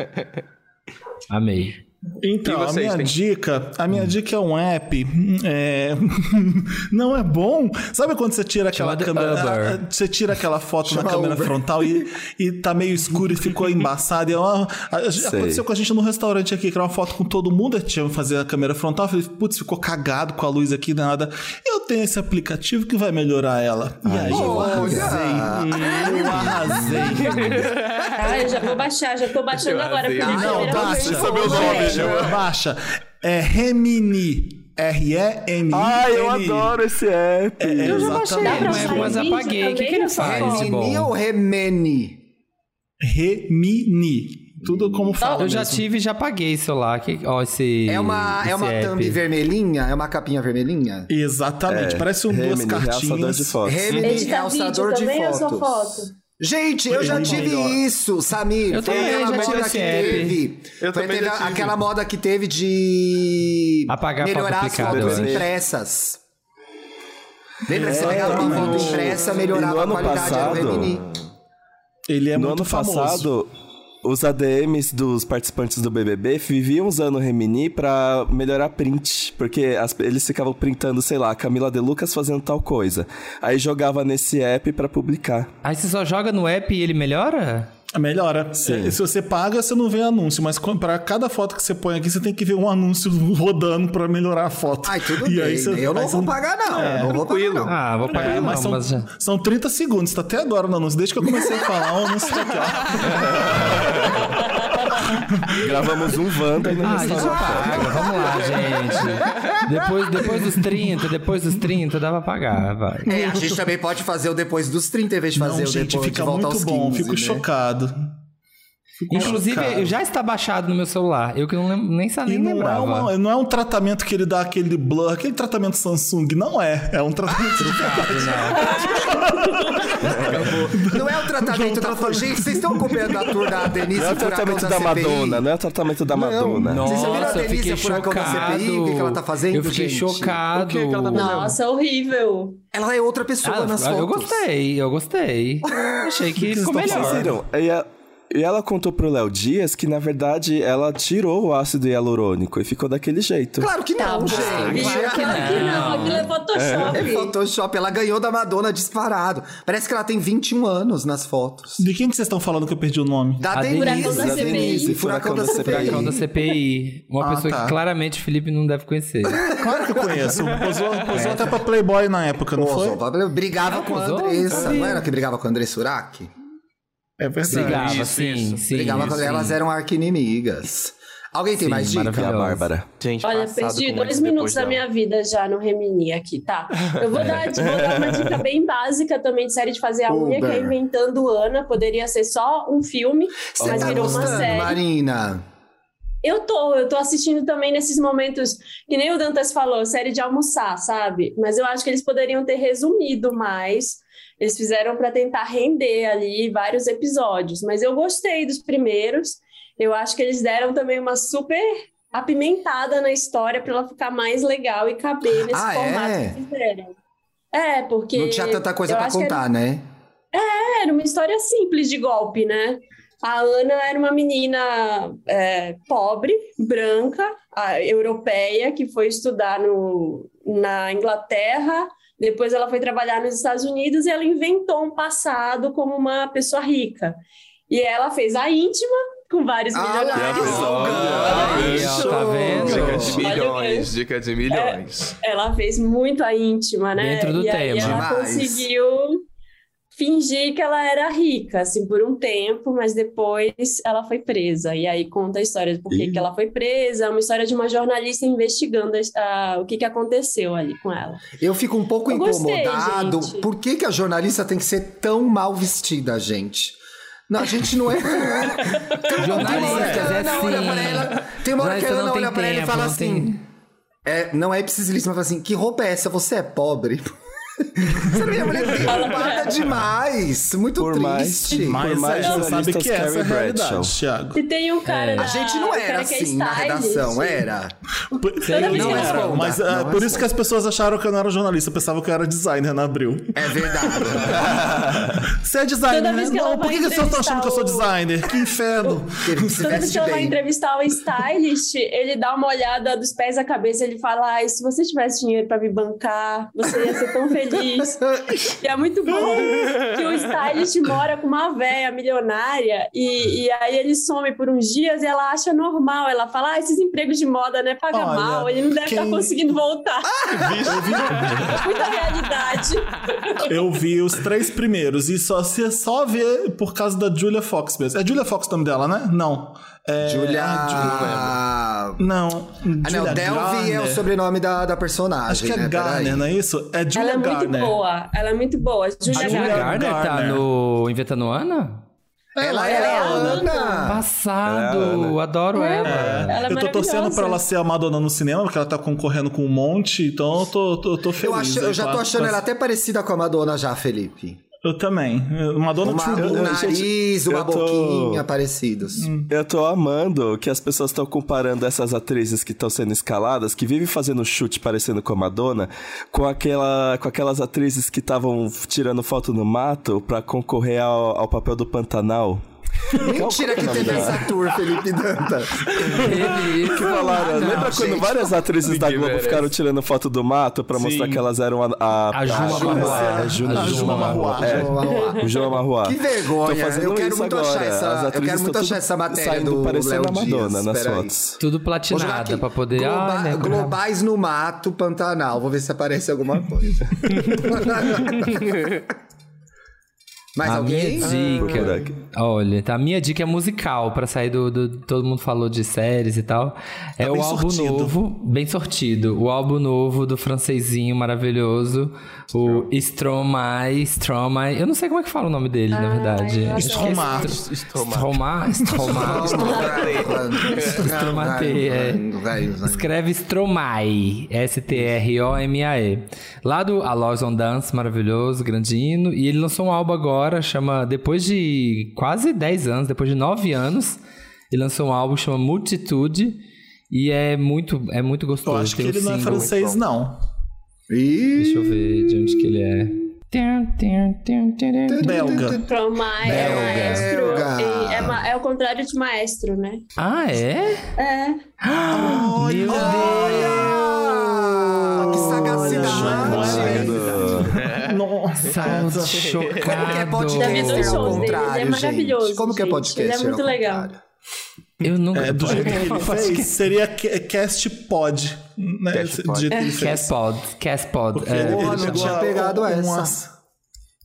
Speaker 5: Amei.
Speaker 6: Então,
Speaker 2: E
Speaker 6: a
Speaker 2: vocês,
Speaker 6: minha
Speaker 2: tem-
Speaker 6: dica, a minha dica é um app. é, [laughs] não é bom. Sabe quando você tira aquela
Speaker 5: Chamado
Speaker 6: câmera, ah,
Speaker 5: Uber.
Speaker 6: você tira aquela foto na
Speaker 1: Chama
Speaker 6: câmera
Speaker 1: Uber.
Speaker 6: frontal e, e tá meio escuro e ficou embaçado. E, ó, a- a- aconteceu com a gente no restaurante aqui, que era uma foto com todo mundo, eu tinha que fazer a câmera frontal, eu falei, putz, ficou cagado com a luz aqui, nada. Eu tenho esse aplicativo que vai melhorar ela. E aí eu
Speaker 1: olha.
Speaker 6: arrasei. Eu arrasei.
Speaker 3: Ah, eu já vou baixar, já tô baixando
Speaker 2: Eu
Speaker 3: agora.
Speaker 2: arrasei.
Speaker 3: pela
Speaker 2: Ai,
Speaker 6: Não,
Speaker 3: primeira
Speaker 6: baixa.
Speaker 3: vez.
Speaker 1: Isso é meu nome,
Speaker 3: É.
Speaker 1: gente.
Speaker 6: Baixa. É Remini. R-E-M-I.
Speaker 4: Ai, eu
Speaker 1: tá?
Speaker 4: adoro esse app.
Speaker 6: É,
Speaker 4: É,
Speaker 5: Dá
Speaker 3: Dá pra
Speaker 5: pra
Speaker 6: exatamente.
Speaker 3: usar
Speaker 5: mas
Speaker 3: em vídeo
Speaker 5: apaguei. O que,
Speaker 3: também,
Speaker 5: que ele
Speaker 3: não sei
Speaker 5: faz de
Speaker 1: Remini
Speaker 5: bom?
Speaker 1: ou Remeni?
Speaker 6: Remini. Tudo como fala.
Speaker 5: Eu já
Speaker 6: mesmo.
Speaker 5: tive e já paguei esse celular. Que, ó, esse,
Speaker 1: É uma, é
Speaker 5: esse
Speaker 1: uma
Speaker 5: app.
Speaker 1: thumb vermelhinha? É uma capinha vermelhinha?
Speaker 6: Exatamente. Parece um duas
Speaker 4: Remini, realçador
Speaker 6: cartinhas.
Speaker 4: de fotos.
Speaker 1: Remini,
Speaker 3: Edita
Speaker 1: realçador
Speaker 3: vídeo
Speaker 1: de
Speaker 3: também ou
Speaker 1: fotos.
Speaker 3: só foto?
Speaker 1: Gente, eu já
Speaker 6: Ele
Speaker 1: tive
Speaker 6: melhora.
Speaker 1: isso, Samir.
Speaker 5: Eu
Speaker 1: Foi
Speaker 5: também
Speaker 1: aquela
Speaker 5: já tive
Speaker 1: moda
Speaker 5: esse
Speaker 1: que
Speaker 5: app.
Speaker 1: teve.
Speaker 2: Eu
Speaker 1: Foi
Speaker 2: também
Speaker 1: teve
Speaker 2: já tive.
Speaker 1: aquela moda que teve de
Speaker 5: Apagar a foto
Speaker 1: melhorar as
Speaker 5: duplicada,
Speaker 1: fotos
Speaker 5: eu acho.
Speaker 1: impressas. Lembra? Você
Speaker 4: É,
Speaker 1: pegava uma
Speaker 4: mas
Speaker 1: foto
Speaker 4: no-
Speaker 1: impressa,
Speaker 4: e no
Speaker 1: melhorava a
Speaker 4: ano
Speaker 1: qualidade, era o
Speaker 4: passado-
Speaker 1: Remini.
Speaker 6: Ele é
Speaker 4: no
Speaker 6: muito
Speaker 4: ano
Speaker 6: famoso.
Speaker 4: passado, os ADMs dos participantes do BBB viviam usando o Remini pra melhorar print, porque as- eles ficavam printando, sei lá, a Camila De Lucas fazendo tal coisa. Aí jogava nesse app pra publicar.
Speaker 5: Aí você só joga no app e ele melhora?
Speaker 6: Melhora. É, Se se você paga, você não vê anúncio, mas com- pra cada foto que você põe aqui, você tem que ver um anúncio rodando pra melhorar a foto.
Speaker 1: Ai, tudo
Speaker 6: E
Speaker 1: bem.
Speaker 6: aí
Speaker 1: né?
Speaker 6: você-
Speaker 1: eu não
Speaker 6: aí
Speaker 1: vou
Speaker 6: você-
Speaker 1: pagar, não. eu não vou pagar,
Speaker 2: tranquilo.
Speaker 1: não.
Speaker 5: Ah, vou pagar
Speaker 6: É,
Speaker 5: não,
Speaker 6: mas são,
Speaker 5: mas... já-
Speaker 6: são 30 segundos, tá até agora no anúncio. Desde que eu comecei a falar, o anúncio tá aqui, ó.
Speaker 4: Gravamos um
Speaker 5: [laughs]
Speaker 4: Wanda e não
Speaker 5: Ah, a gente
Speaker 4: restaurou.
Speaker 5: paga, vamos lá, gente. Depois, depois dos 30, depois dos 30, dava pra pagar, vai.
Speaker 1: É, a gente também pode fazer o depois dos 30 em vez de fazer
Speaker 6: Não,
Speaker 1: o
Speaker 6: gente,
Speaker 1: depois
Speaker 6: fica
Speaker 1: de volta
Speaker 6: muito
Speaker 1: aos 15.
Speaker 6: bom. Fico
Speaker 1: né?
Speaker 6: chocado.
Speaker 5: Inclusive,
Speaker 6: Cara.
Speaker 5: já está baixado no meu celular. Eu que não lem- nem
Speaker 6: E
Speaker 5: sabia nem
Speaker 6: não é,
Speaker 5: lembrava.
Speaker 6: uma- não é um tratamento que ele dá aquele blur, aquele tratamento Samsung, não é. É um tratamento
Speaker 1: Não é o tratamento da... Gente, vocês estão acompanhando a tour da Denise
Speaker 4: Não é o
Speaker 1: Furacão
Speaker 4: tratamento da
Speaker 1: CPI?
Speaker 4: Madonna, não é o tratamento da Madonna.
Speaker 1: Vocês já viram a
Speaker 5: Nossa, eu
Speaker 1: Denise
Speaker 5: fiquei
Speaker 1: Furacão da
Speaker 5: chocado.
Speaker 1: CPI? O que que ela tá fazendo,
Speaker 5: Eu fiquei
Speaker 1: gente?
Speaker 5: chocado.
Speaker 2: O que que ela tá fazendo?
Speaker 3: Nossa, horrível.
Speaker 1: Ela é outra pessoa
Speaker 5: Ah,
Speaker 1: nas fotos.
Speaker 5: eu gostei, eu gostei. Achei que ficou
Speaker 4: Vocês
Speaker 5: melhor.
Speaker 4: viram? E, a- e ela contou pro Léo Dias que, na verdade, ela tirou o ácido hialurônico e ficou daquele jeito.
Speaker 1: Claro que não,
Speaker 3: Tá,
Speaker 1: gente.
Speaker 3: Claro que não, aquilo é Photoshop.
Speaker 1: É Photoshop, ela ganhou da Madonna disparado. Parece que ela tem 21 anos nas fotos.
Speaker 6: De quem que vocês estão falando que eu perdi o nome?
Speaker 1: Da
Speaker 5: A
Speaker 1: Denise,
Speaker 5: Denise,
Speaker 1: da
Speaker 3: da CPI.
Speaker 1: Denise, furacão da CPI.
Speaker 5: Furacão da CPI. Uma
Speaker 6: Ah,
Speaker 5: pessoa
Speaker 6: tá.
Speaker 5: que claramente o Felipe não deve conhecer.
Speaker 6: Claro que eu conheço. Posou, posou até pra Playboy na época, não
Speaker 1: Pô,
Speaker 6: foi?
Speaker 1: Zó, brigava com a
Speaker 5: Zó,
Speaker 1: Andressa.
Speaker 5: sabia.
Speaker 1: Não era que brigava com a Andressa Urach?
Speaker 6: É verdade.
Speaker 5: Brigava,
Speaker 2: isso,
Speaker 5: sim,
Speaker 2: isso.
Speaker 5: sim.
Speaker 1: brigava
Speaker 5: sim.
Speaker 1: com elas, eram arqui-inimigas. Alguém tem
Speaker 5: Sim,
Speaker 1: mais dica?
Speaker 4: Que é a
Speaker 5: maravilhosa.
Speaker 4: Bárbara.
Speaker 2: Gente,
Speaker 3: Olha,
Speaker 2: passado
Speaker 3: perdi
Speaker 2: com
Speaker 3: dois
Speaker 2: isso
Speaker 3: minutos
Speaker 2: depois
Speaker 3: da
Speaker 2: dela.
Speaker 3: minha vida já no Remini aqui, tá? Eu
Speaker 2: [laughs] É.
Speaker 3: vou dar, vou dar uma dica bem básica também de série de fazer a unha, que é
Speaker 1: Uber.
Speaker 3: Inventando Ana. Poderia ser só um filme,
Speaker 1: Você
Speaker 3: mas
Speaker 1: tá
Speaker 3: virou uma
Speaker 1: gostando,
Speaker 3: série.
Speaker 1: Marina?
Speaker 3: Eu tô, eu tô assistindo também nesses momentos, que nem o Dantas falou, série de almoçar, sabe? Mas eu acho que eles poderiam ter resumido mais. Eles fizeram para tentar render ali vários episódios, mas eu gostei dos primeiros. Eu acho que eles deram também uma super apimentada na história para ela ficar mais legal e caber nesse
Speaker 1: Ah,
Speaker 3: formato
Speaker 1: é?
Speaker 3: que fizeram. É, porque
Speaker 1: Não tinha tanta coisa
Speaker 3: eu
Speaker 1: pra
Speaker 3: acho que é era-
Speaker 1: contar, né?
Speaker 3: era uma história simples de golpe, né? A Ana era uma menina é, pobre, branca, a- europeia, que foi estudar no, na Inglaterra. Depois ela foi trabalhar nos Estados Unidos e ela inventou um passado como uma pessoa rica. E ela fez a íntima com vários
Speaker 1: Ah,
Speaker 3: milionários.
Speaker 1: lá,
Speaker 5: Aí, ó, tá vendo?
Speaker 2: É, Dica de
Speaker 3: Olha o
Speaker 2: milhões, dica de milhões.
Speaker 3: Ela fez muito a íntima, né?
Speaker 5: Dentro do
Speaker 3: e
Speaker 5: tema.
Speaker 3: Aí ela
Speaker 1: Demais.
Speaker 3: conseguiu fingir que ela era rica, assim, por um tempo, mas depois ela foi presa. E aí conta a história de por que
Speaker 4: Ih.
Speaker 3: que ela foi presa, é uma história de uma jornalista investigando ah, o que, que aconteceu ali com ela.
Speaker 1: Eu fico um pouco
Speaker 3: Eu gostei,
Speaker 1: incomodado.
Speaker 3: gente.
Speaker 1: Por que, que a jornalista tem que ser tão mal vestida, gente? Não, a gente não
Speaker 3: [laughs]
Speaker 1: é.
Speaker 5: Jornalistas, é
Speaker 1: Ana olha pra ela-
Speaker 5: assim.
Speaker 1: Tem uma hora que a
Speaker 5: Jornalista
Speaker 1: Ana
Speaker 5: não tem
Speaker 1: olha pra ela e
Speaker 5: tempo,
Speaker 1: fala
Speaker 5: não
Speaker 1: assim.
Speaker 5: tem-
Speaker 1: É, não é precisilíssima, fala assim: que roupa é essa? Você é pobre? [laughs] Você vê, a mulher tem roubada demais. Muito
Speaker 4: Por mais-
Speaker 1: triste.
Speaker 4: mais-
Speaker 6: Mas
Speaker 4: mais
Speaker 6: é, você sabe
Speaker 4: jornalistas
Speaker 6: que essa é a
Speaker 4: Carrie
Speaker 6: realidade,
Speaker 4: Bradshaw.
Speaker 6: Thiago.
Speaker 3: E tem
Speaker 5: É.
Speaker 3: um cara. da-
Speaker 1: A gente não
Speaker 3: o
Speaker 1: era
Speaker 3: cara que é
Speaker 1: assim na
Speaker 3: stylist.
Speaker 1: redação, era.
Speaker 3: Toda vez
Speaker 5: Não
Speaker 3: que ela-
Speaker 1: era.
Speaker 6: Mas
Speaker 1: Não,
Speaker 6: ah,
Speaker 1: não
Speaker 6: por
Speaker 1: é
Speaker 6: isso que as pessoas acharam que eu não era jornalista, pensavam que eu era designer na Abril.
Speaker 1: É verdade.
Speaker 6: Você é designer,
Speaker 3: Toda
Speaker 6: né?
Speaker 3: vez que ela tá
Speaker 6: Não, por
Speaker 3: vai
Speaker 6: que que vocês estão
Speaker 3: entrevistar
Speaker 6: achando que eu sou
Speaker 3: o-
Speaker 6: designer? Que inferno.
Speaker 1: [laughs] Ele se
Speaker 3: Toda vez
Speaker 1: veste
Speaker 3: que ela tá vai
Speaker 1: bem.
Speaker 3: entrevistar o stylist, ele dá uma olhada dos pés à cabeça, ele fala: Ai, se você tivesse dinheiro pra me bancar, você ia ser tão feliz.
Speaker 1: [laughs]
Speaker 3: e é muito bom que o stylist mora com uma véia milionária e, e aí ele some por uns dias e ela acha normal. Ela fala: Ah, esses empregos de moda, né? Paga
Speaker 6: Olha,
Speaker 3: mal, ele não deve estar
Speaker 6: quem- Ah!
Speaker 3: conseguindo voltar.
Speaker 6: Eu vi,
Speaker 3: [laughs] Muita realidade.
Speaker 6: eu vi os três primeiros e só se só vê por causa da Julia Fox mesmo. É Julia Fox o nome dela, né? Não. É,
Speaker 1: Julia.
Speaker 6: a Julia-
Speaker 1: Ah,
Speaker 6: Não. Julia
Speaker 1: não, Delvi é o
Speaker 6: Garner.
Speaker 1: sobrenome da, da personagem.
Speaker 6: Acho que é
Speaker 1: né? Peraí.
Speaker 6: Garner, não é isso? É Julia
Speaker 3: ela é muito
Speaker 6: Garner. Ah,
Speaker 3: boa. Ela é muito boa. Julia
Speaker 5: A Julia
Speaker 3: Garner.
Speaker 5: Garner tá
Speaker 6: Garner.
Speaker 5: no Inventando Ana?
Speaker 1: Ela,
Speaker 3: Ela
Speaker 1: é
Speaker 3: é
Speaker 1: a
Speaker 3: a
Speaker 1: Ana.
Speaker 5: Passado, adoro ela.
Speaker 3: Ela é
Speaker 6: eu tô torcendo
Speaker 3: maravilhosa.
Speaker 6: pra ela ser a Madonna no cinema, porque ela tá concorrendo com um monte, então eu tô, tô, tô
Speaker 1: Eu,
Speaker 6: feliz.
Speaker 1: acho, eu já tô achando ela até parecida com a Madonna já, Felipe.
Speaker 6: Eu também. Madonna
Speaker 1: Uma,
Speaker 6: True
Speaker 1: um
Speaker 6: Blue.
Speaker 1: nariz,
Speaker 4: eu
Speaker 1: uma
Speaker 4: tô-
Speaker 1: boquinha parecidos.
Speaker 5: Hum.
Speaker 4: Eu tô amando que as pessoas estão comparando essas atrizes que estão sendo escaladas, que vivem fazendo chute parecendo com a Madonna, com, aquela, com aquelas atrizes que estavam tirando foto no mato pra concorrer ao, ao papel do Pantanal.
Speaker 1: Mentira que teve essa tour, Felipe Danta.
Speaker 5: Ele,
Speaker 4: Que falaram, lembra quando várias atrizes da
Speaker 2: Ninguém
Speaker 4: Globo
Speaker 2: merece.
Speaker 4: ficaram tirando foto do mato pra mostrar
Speaker 2: Sim.
Speaker 4: que elas eram a...
Speaker 5: [laughs] A Juma Marruá.
Speaker 4: A Juma,
Speaker 5: A
Speaker 4: Juma
Speaker 5: Juma
Speaker 4: Marruá. É. O Juma Marruá.
Speaker 1: Que vergonha.
Speaker 4: Tô fazendo
Speaker 1: Eu quero
Speaker 4: isso
Speaker 1: muito
Speaker 4: agora.
Speaker 1: achar essa-
Speaker 4: As
Speaker 1: eu
Speaker 4: atrizes
Speaker 1: quero muito
Speaker 4: tão
Speaker 1: achar
Speaker 4: tudo
Speaker 1: essa matéria
Speaker 4: saindo
Speaker 1: do
Speaker 4: parecendo
Speaker 1: Léo
Speaker 4: a Madonna
Speaker 1: Dias.
Speaker 4: nas
Speaker 1: Peraí.
Speaker 4: fotos.
Speaker 5: Tudo
Speaker 1: Vou jogar aqui.
Speaker 5: platinada pra poder.
Speaker 1: Globa-
Speaker 5: Ai, né, como-
Speaker 1: Globais no mato,
Speaker 5: [laughs]
Speaker 1: Pantanal. Vou ver se aparece alguma coisa. Mais
Speaker 5: a
Speaker 1: alguém? Ah,
Speaker 5: minha
Speaker 4: Procurar
Speaker 5: dica.
Speaker 4: aqui.
Speaker 5: Olha, tá, a minha dica é musical, pra sair do, do- Todo mundo falou de séries e tal. É
Speaker 6: Tá
Speaker 5: o
Speaker 6: bem
Speaker 5: álbum
Speaker 6: sortido.
Speaker 5: novo, bem sortido. O álbum novo do francesinho maravilhoso, o Stromae. Stromae. Eu não sei como é que fala o nome dele, na verdade.
Speaker 3: eu adoro. É.
Speaker 6: Stromar.
Speaker 5: Stromae. Stromae. Estromatei, é. Escreve Stromae, S-T-R-O-M-A-E. Lá do A Laws on Dance, maravilhoso, grandino. E ele lançou um álbum agora, chama. Depois de quase 10 anos, depois de 9 anos, ele lançou um álbum que chama Multitude. E é muito, é muito
Speaker 6: Eu
Speaker 5: gostoso.
Speaker 6: acho que
Speaker 5: Tem um
Speaker 6: ele não é
Speaker 5: single.
Speaker 6: francês, não.
Speaker 1: Ih,
Speaker 5: Deixa eu ver de onde que ele é.
Speaker 6: Belga.
Speaker 3: Pro ma- é
Speaker 5: Belga.
Speaker 3: maestro.
Speaker 1: Belga.
Speaker 3: E É, ma- é o contrário de maestro, né?
Speaker 5: Ah, é?
Speaker 3: É.
Speaker 5: Meu
Speaker 1: Ah, que sagacidade!
Speaker 4: Chegando.
Speaker 6: [laughs] Nossa.
Speaker 5: Deus!
Speaker 6: É,
Speaker 5: Salto chocado.
Speaker 1: Como que é
Speaker 3: Também
Speaker 1: podcast ser
Speaker 3: dois
Speaker 1: ao
Speaker 3: shows dele,
Speaker 1: contrário,
Speaker 3: ele é maravilhoso,
Speaker 1: gente? Como que é
Speaker 3: gente,
Speaker 1: podcast
Speaker 3: ele é
Speaker 1: ser
Speaker 3: muito
Speaker 1: ao
Speaker 3: legal.
Speaker 1: contrário?
Speaker 5: Eu nunca...
Speaker 6: É, do jeito que ele fez, seria ca- cast pod. Né?
Speaker 2: Cast
Speaker 6: Esse- do
Speaker 2: pod.
Speaker 6: jeito que ele fez.
Speaker 5: Caspod, Caspod.
Speaker 6: Porque
Speaker 5: É,
Speaker 1: Porra, não
Speaker 6: já
Speaker 1: tinha pegado essa.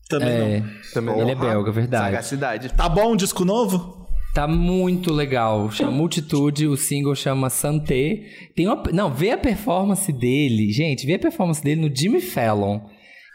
Speaker 6: Também não.
Speaker 5: é.
Speaker 2: Também
Speaker 5: Ele é belga, verdade.
Speaker 2: Sagacidade.
Speaker 6: Tá bom o disco novo?
Speaker 5: Tá muito legal. Chama Multitude, o single chama Santé. Tem uma, não, vê a performance dele, gente, vê a performance dele no Jimmy Fallon.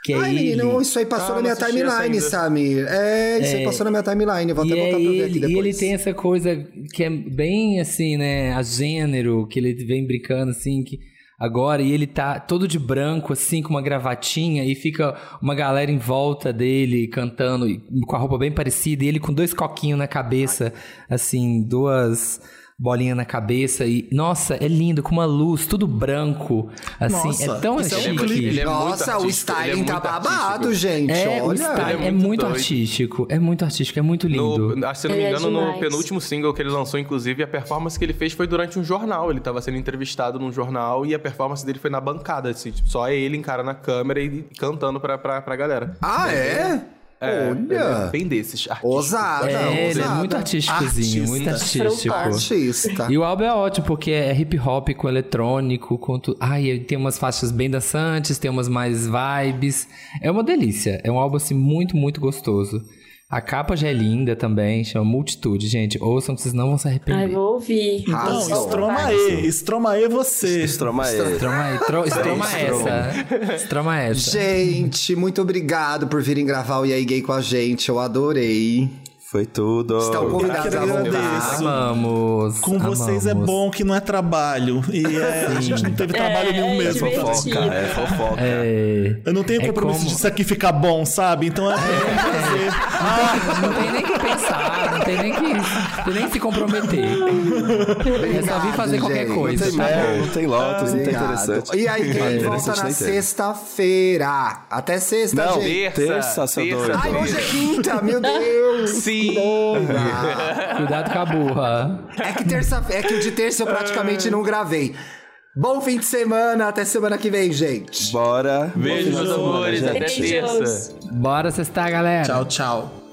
Speaker 5: Que
Speaker 1: Ai,
Speaker 5: é ele.
Speaker 1: menino, isso aí passou
Speaker 2: Ah,
Speaker 1: na minha
Speaker 2: não assisti essa
Speaker 1: timeline,
Speaker 2: ainda.
Speaker 1: Samir. É, isso aí passou na minha timeline. Eu Vou
Speaker 5: e
Speaker 1: até
Speaker 5: é
Speaker 1: voltar pra ver aqui
Speaker 5: ele,
Speaker 1: depois.
Speaker 5: e ele tem essa coisa que é bem assim, né, a gênero, que ele vem brincando assim, que agora, e ele tá todo de branco, assim, com uma gravatinha, e fica uma galera em volta dele cantando, e com a roupa bem parecida, e ele com dois coquinhos na cabeça, assim, duas bolinhas na cabeça, e nossa, é lindo, com uma luz, tudo branco, assim,
Speaker 6: Nossa,
Speaker 5: é tão
Speaker 6: isso é um
Speaker 5: chique.
Speaker 2: clipe. Ele é muito
Speaker 1: Nossa, o
Speaker 2: artístico, ele
Speaker 1: styling
Speaker 2: é
Speaker 1: tá
Speaker 2: muito
Speaker 1: babado,
Speaker 2: artístico.
Speaker 1: gente.
Speaker 5: É, o
Speaker 1: Olha.
Speaker 5: style
Speaker 2: ele
Speaker 5: é,
Speaker 2: é
Speaker 5: muito,
Speaker 2: muito doido.
Speaker 5: artístico, é muito artístico, é muito lindo.
Speaker 2: No, acho que, se eu não
Speaker 3: Ele
Speaker 2: me
Speaker 3: é
Speaker 2: engano, no
Speaker 3: demais.
Speaker 2: penúltimo single que ele lançou, inclusive, a performance que ele fez foi durante um jornal. Ele tava sendo entrevistado num jornal e a performance dele foi na bancada. Assim, tipo, só ele encara na câmera e cantando pra, pra, pra galera.
Speaker 1: Ah, é?
Speaker 2: É, ele é
Speaker 1: Olha.
Speaker 2: bem desses. artistas.
Speaker 6: Ah,
Speaker 1: Ousada,
Speaker 5: É, ele é
Speaker 1: ousada.
Speaker 5: muito artísticozinho, muito
Speaker 6: Artista.
Speaker 5: artístico.
Speaker 1: Artista.
Speaker 5: E o álbum é ótimo, porque é hip hop com eletrônico, com tu... Ai, tem umas faixas bem dançantes, tem umas mais vibes. É uma delícia. É um álbum, assim, muito, muito gostoso. A capa já é linda também, chama Multitude. Gente, ouçam que vocês não vão se
Speaker 3: Ai,
Speaker 5: arrepender.
Speaker 3: vou ouvir.
Speaker 6: Então,
Speaker 1: Arrasou.
Speaker 6: Stromae. Stromae você.
Speaker 4: Estromae.
Speaker 5: Estroma aí,
Speaker 6: [laughs]
Speaker 5: tro- estroma é essa. né? Estroma é
Speaker 1: [laughs]
Speaker 5: essa.
Speaker 1: Gente, muito obrigado por virem gravar o E aí Gay com a gente. Eu adorei.
Speaker 4: Foi tudo.
Speaker 1: Estão convidados
Speaker 6: Eu
Speaker 1: a
Speaker 6: que
Speaker 1: voltar.
Speaker 6: agradeço.
Speaker 5: Amamos.
Speaker 6: Com vocês é
Speaker 5: amamos.
Speaker 6: bom que não é trabalho. E é, a gente não teve trabalho
Speaker 3: É,
Speaker 6: nenhum
Speaker 3: é
Speaker 6: mesmo. Então,
Speaker 3: divertido.
Speaker 4: Fofoca, é fofoca.
Speaker 5: É.
Speaker 6: Eu não tenho
Speaker 5: É
Speaker 6: compromisso
Speaker 5: como-
Speaker 6: disso aqui ficar bom, sabe? Então é, é um [laughs] prazer. Ah,
Speaker 5: Não tem nem que pensar, não tem nem que, não tem nem que se comprometer. É só vir fazer
Speaker 1: Obrigado,
Speaker 5: qualquer
Speaker 1: gente.
Speaker 5: coisa,
Speaker 4: Não tem
Speaker 5: tá bom?
Speaker 4: Mel, não tem Lotus, não tem
Speaker 1: Obrigado.
Speaker 4: interessante.
Speaker 1: E aí,
Speaker 4: Ah,
Speaker 1: Gay
Speaker 4: interessante
Speaker 1: volta na
Speaker 4: nem teve.
Speaker 1: sexta-feira. Até sexta,
Speaker 4: Não,
Speaker 1: gente.
Speaker 2: Terça,
Speaker 4: Terça, seu
Speaker 2: terça,
Speaker 4: doido.
Speaker 1: Ai,
Speaker 2: terça.
Speaker 1: hoje é quinta, meu Deus.
Speaker 2: Sim!
Speaker 1: Ah,
Speaker 5: Cuidado com a burra.
Speaker 1: É que terça, é que o de terça eu praticamente não gravei. Bom fim de semana, até semana que vem, gente.
Speaker 4: Bora.
Speaker 2: Beijo, meus
Speaker 6: Beijos.
Speaker 2: amores. Até
Speaker 3: Beijos.
Speaker 2: terça.
Speaker 5: Bora cestar, galera.
Speaker 6: tchau, tchau.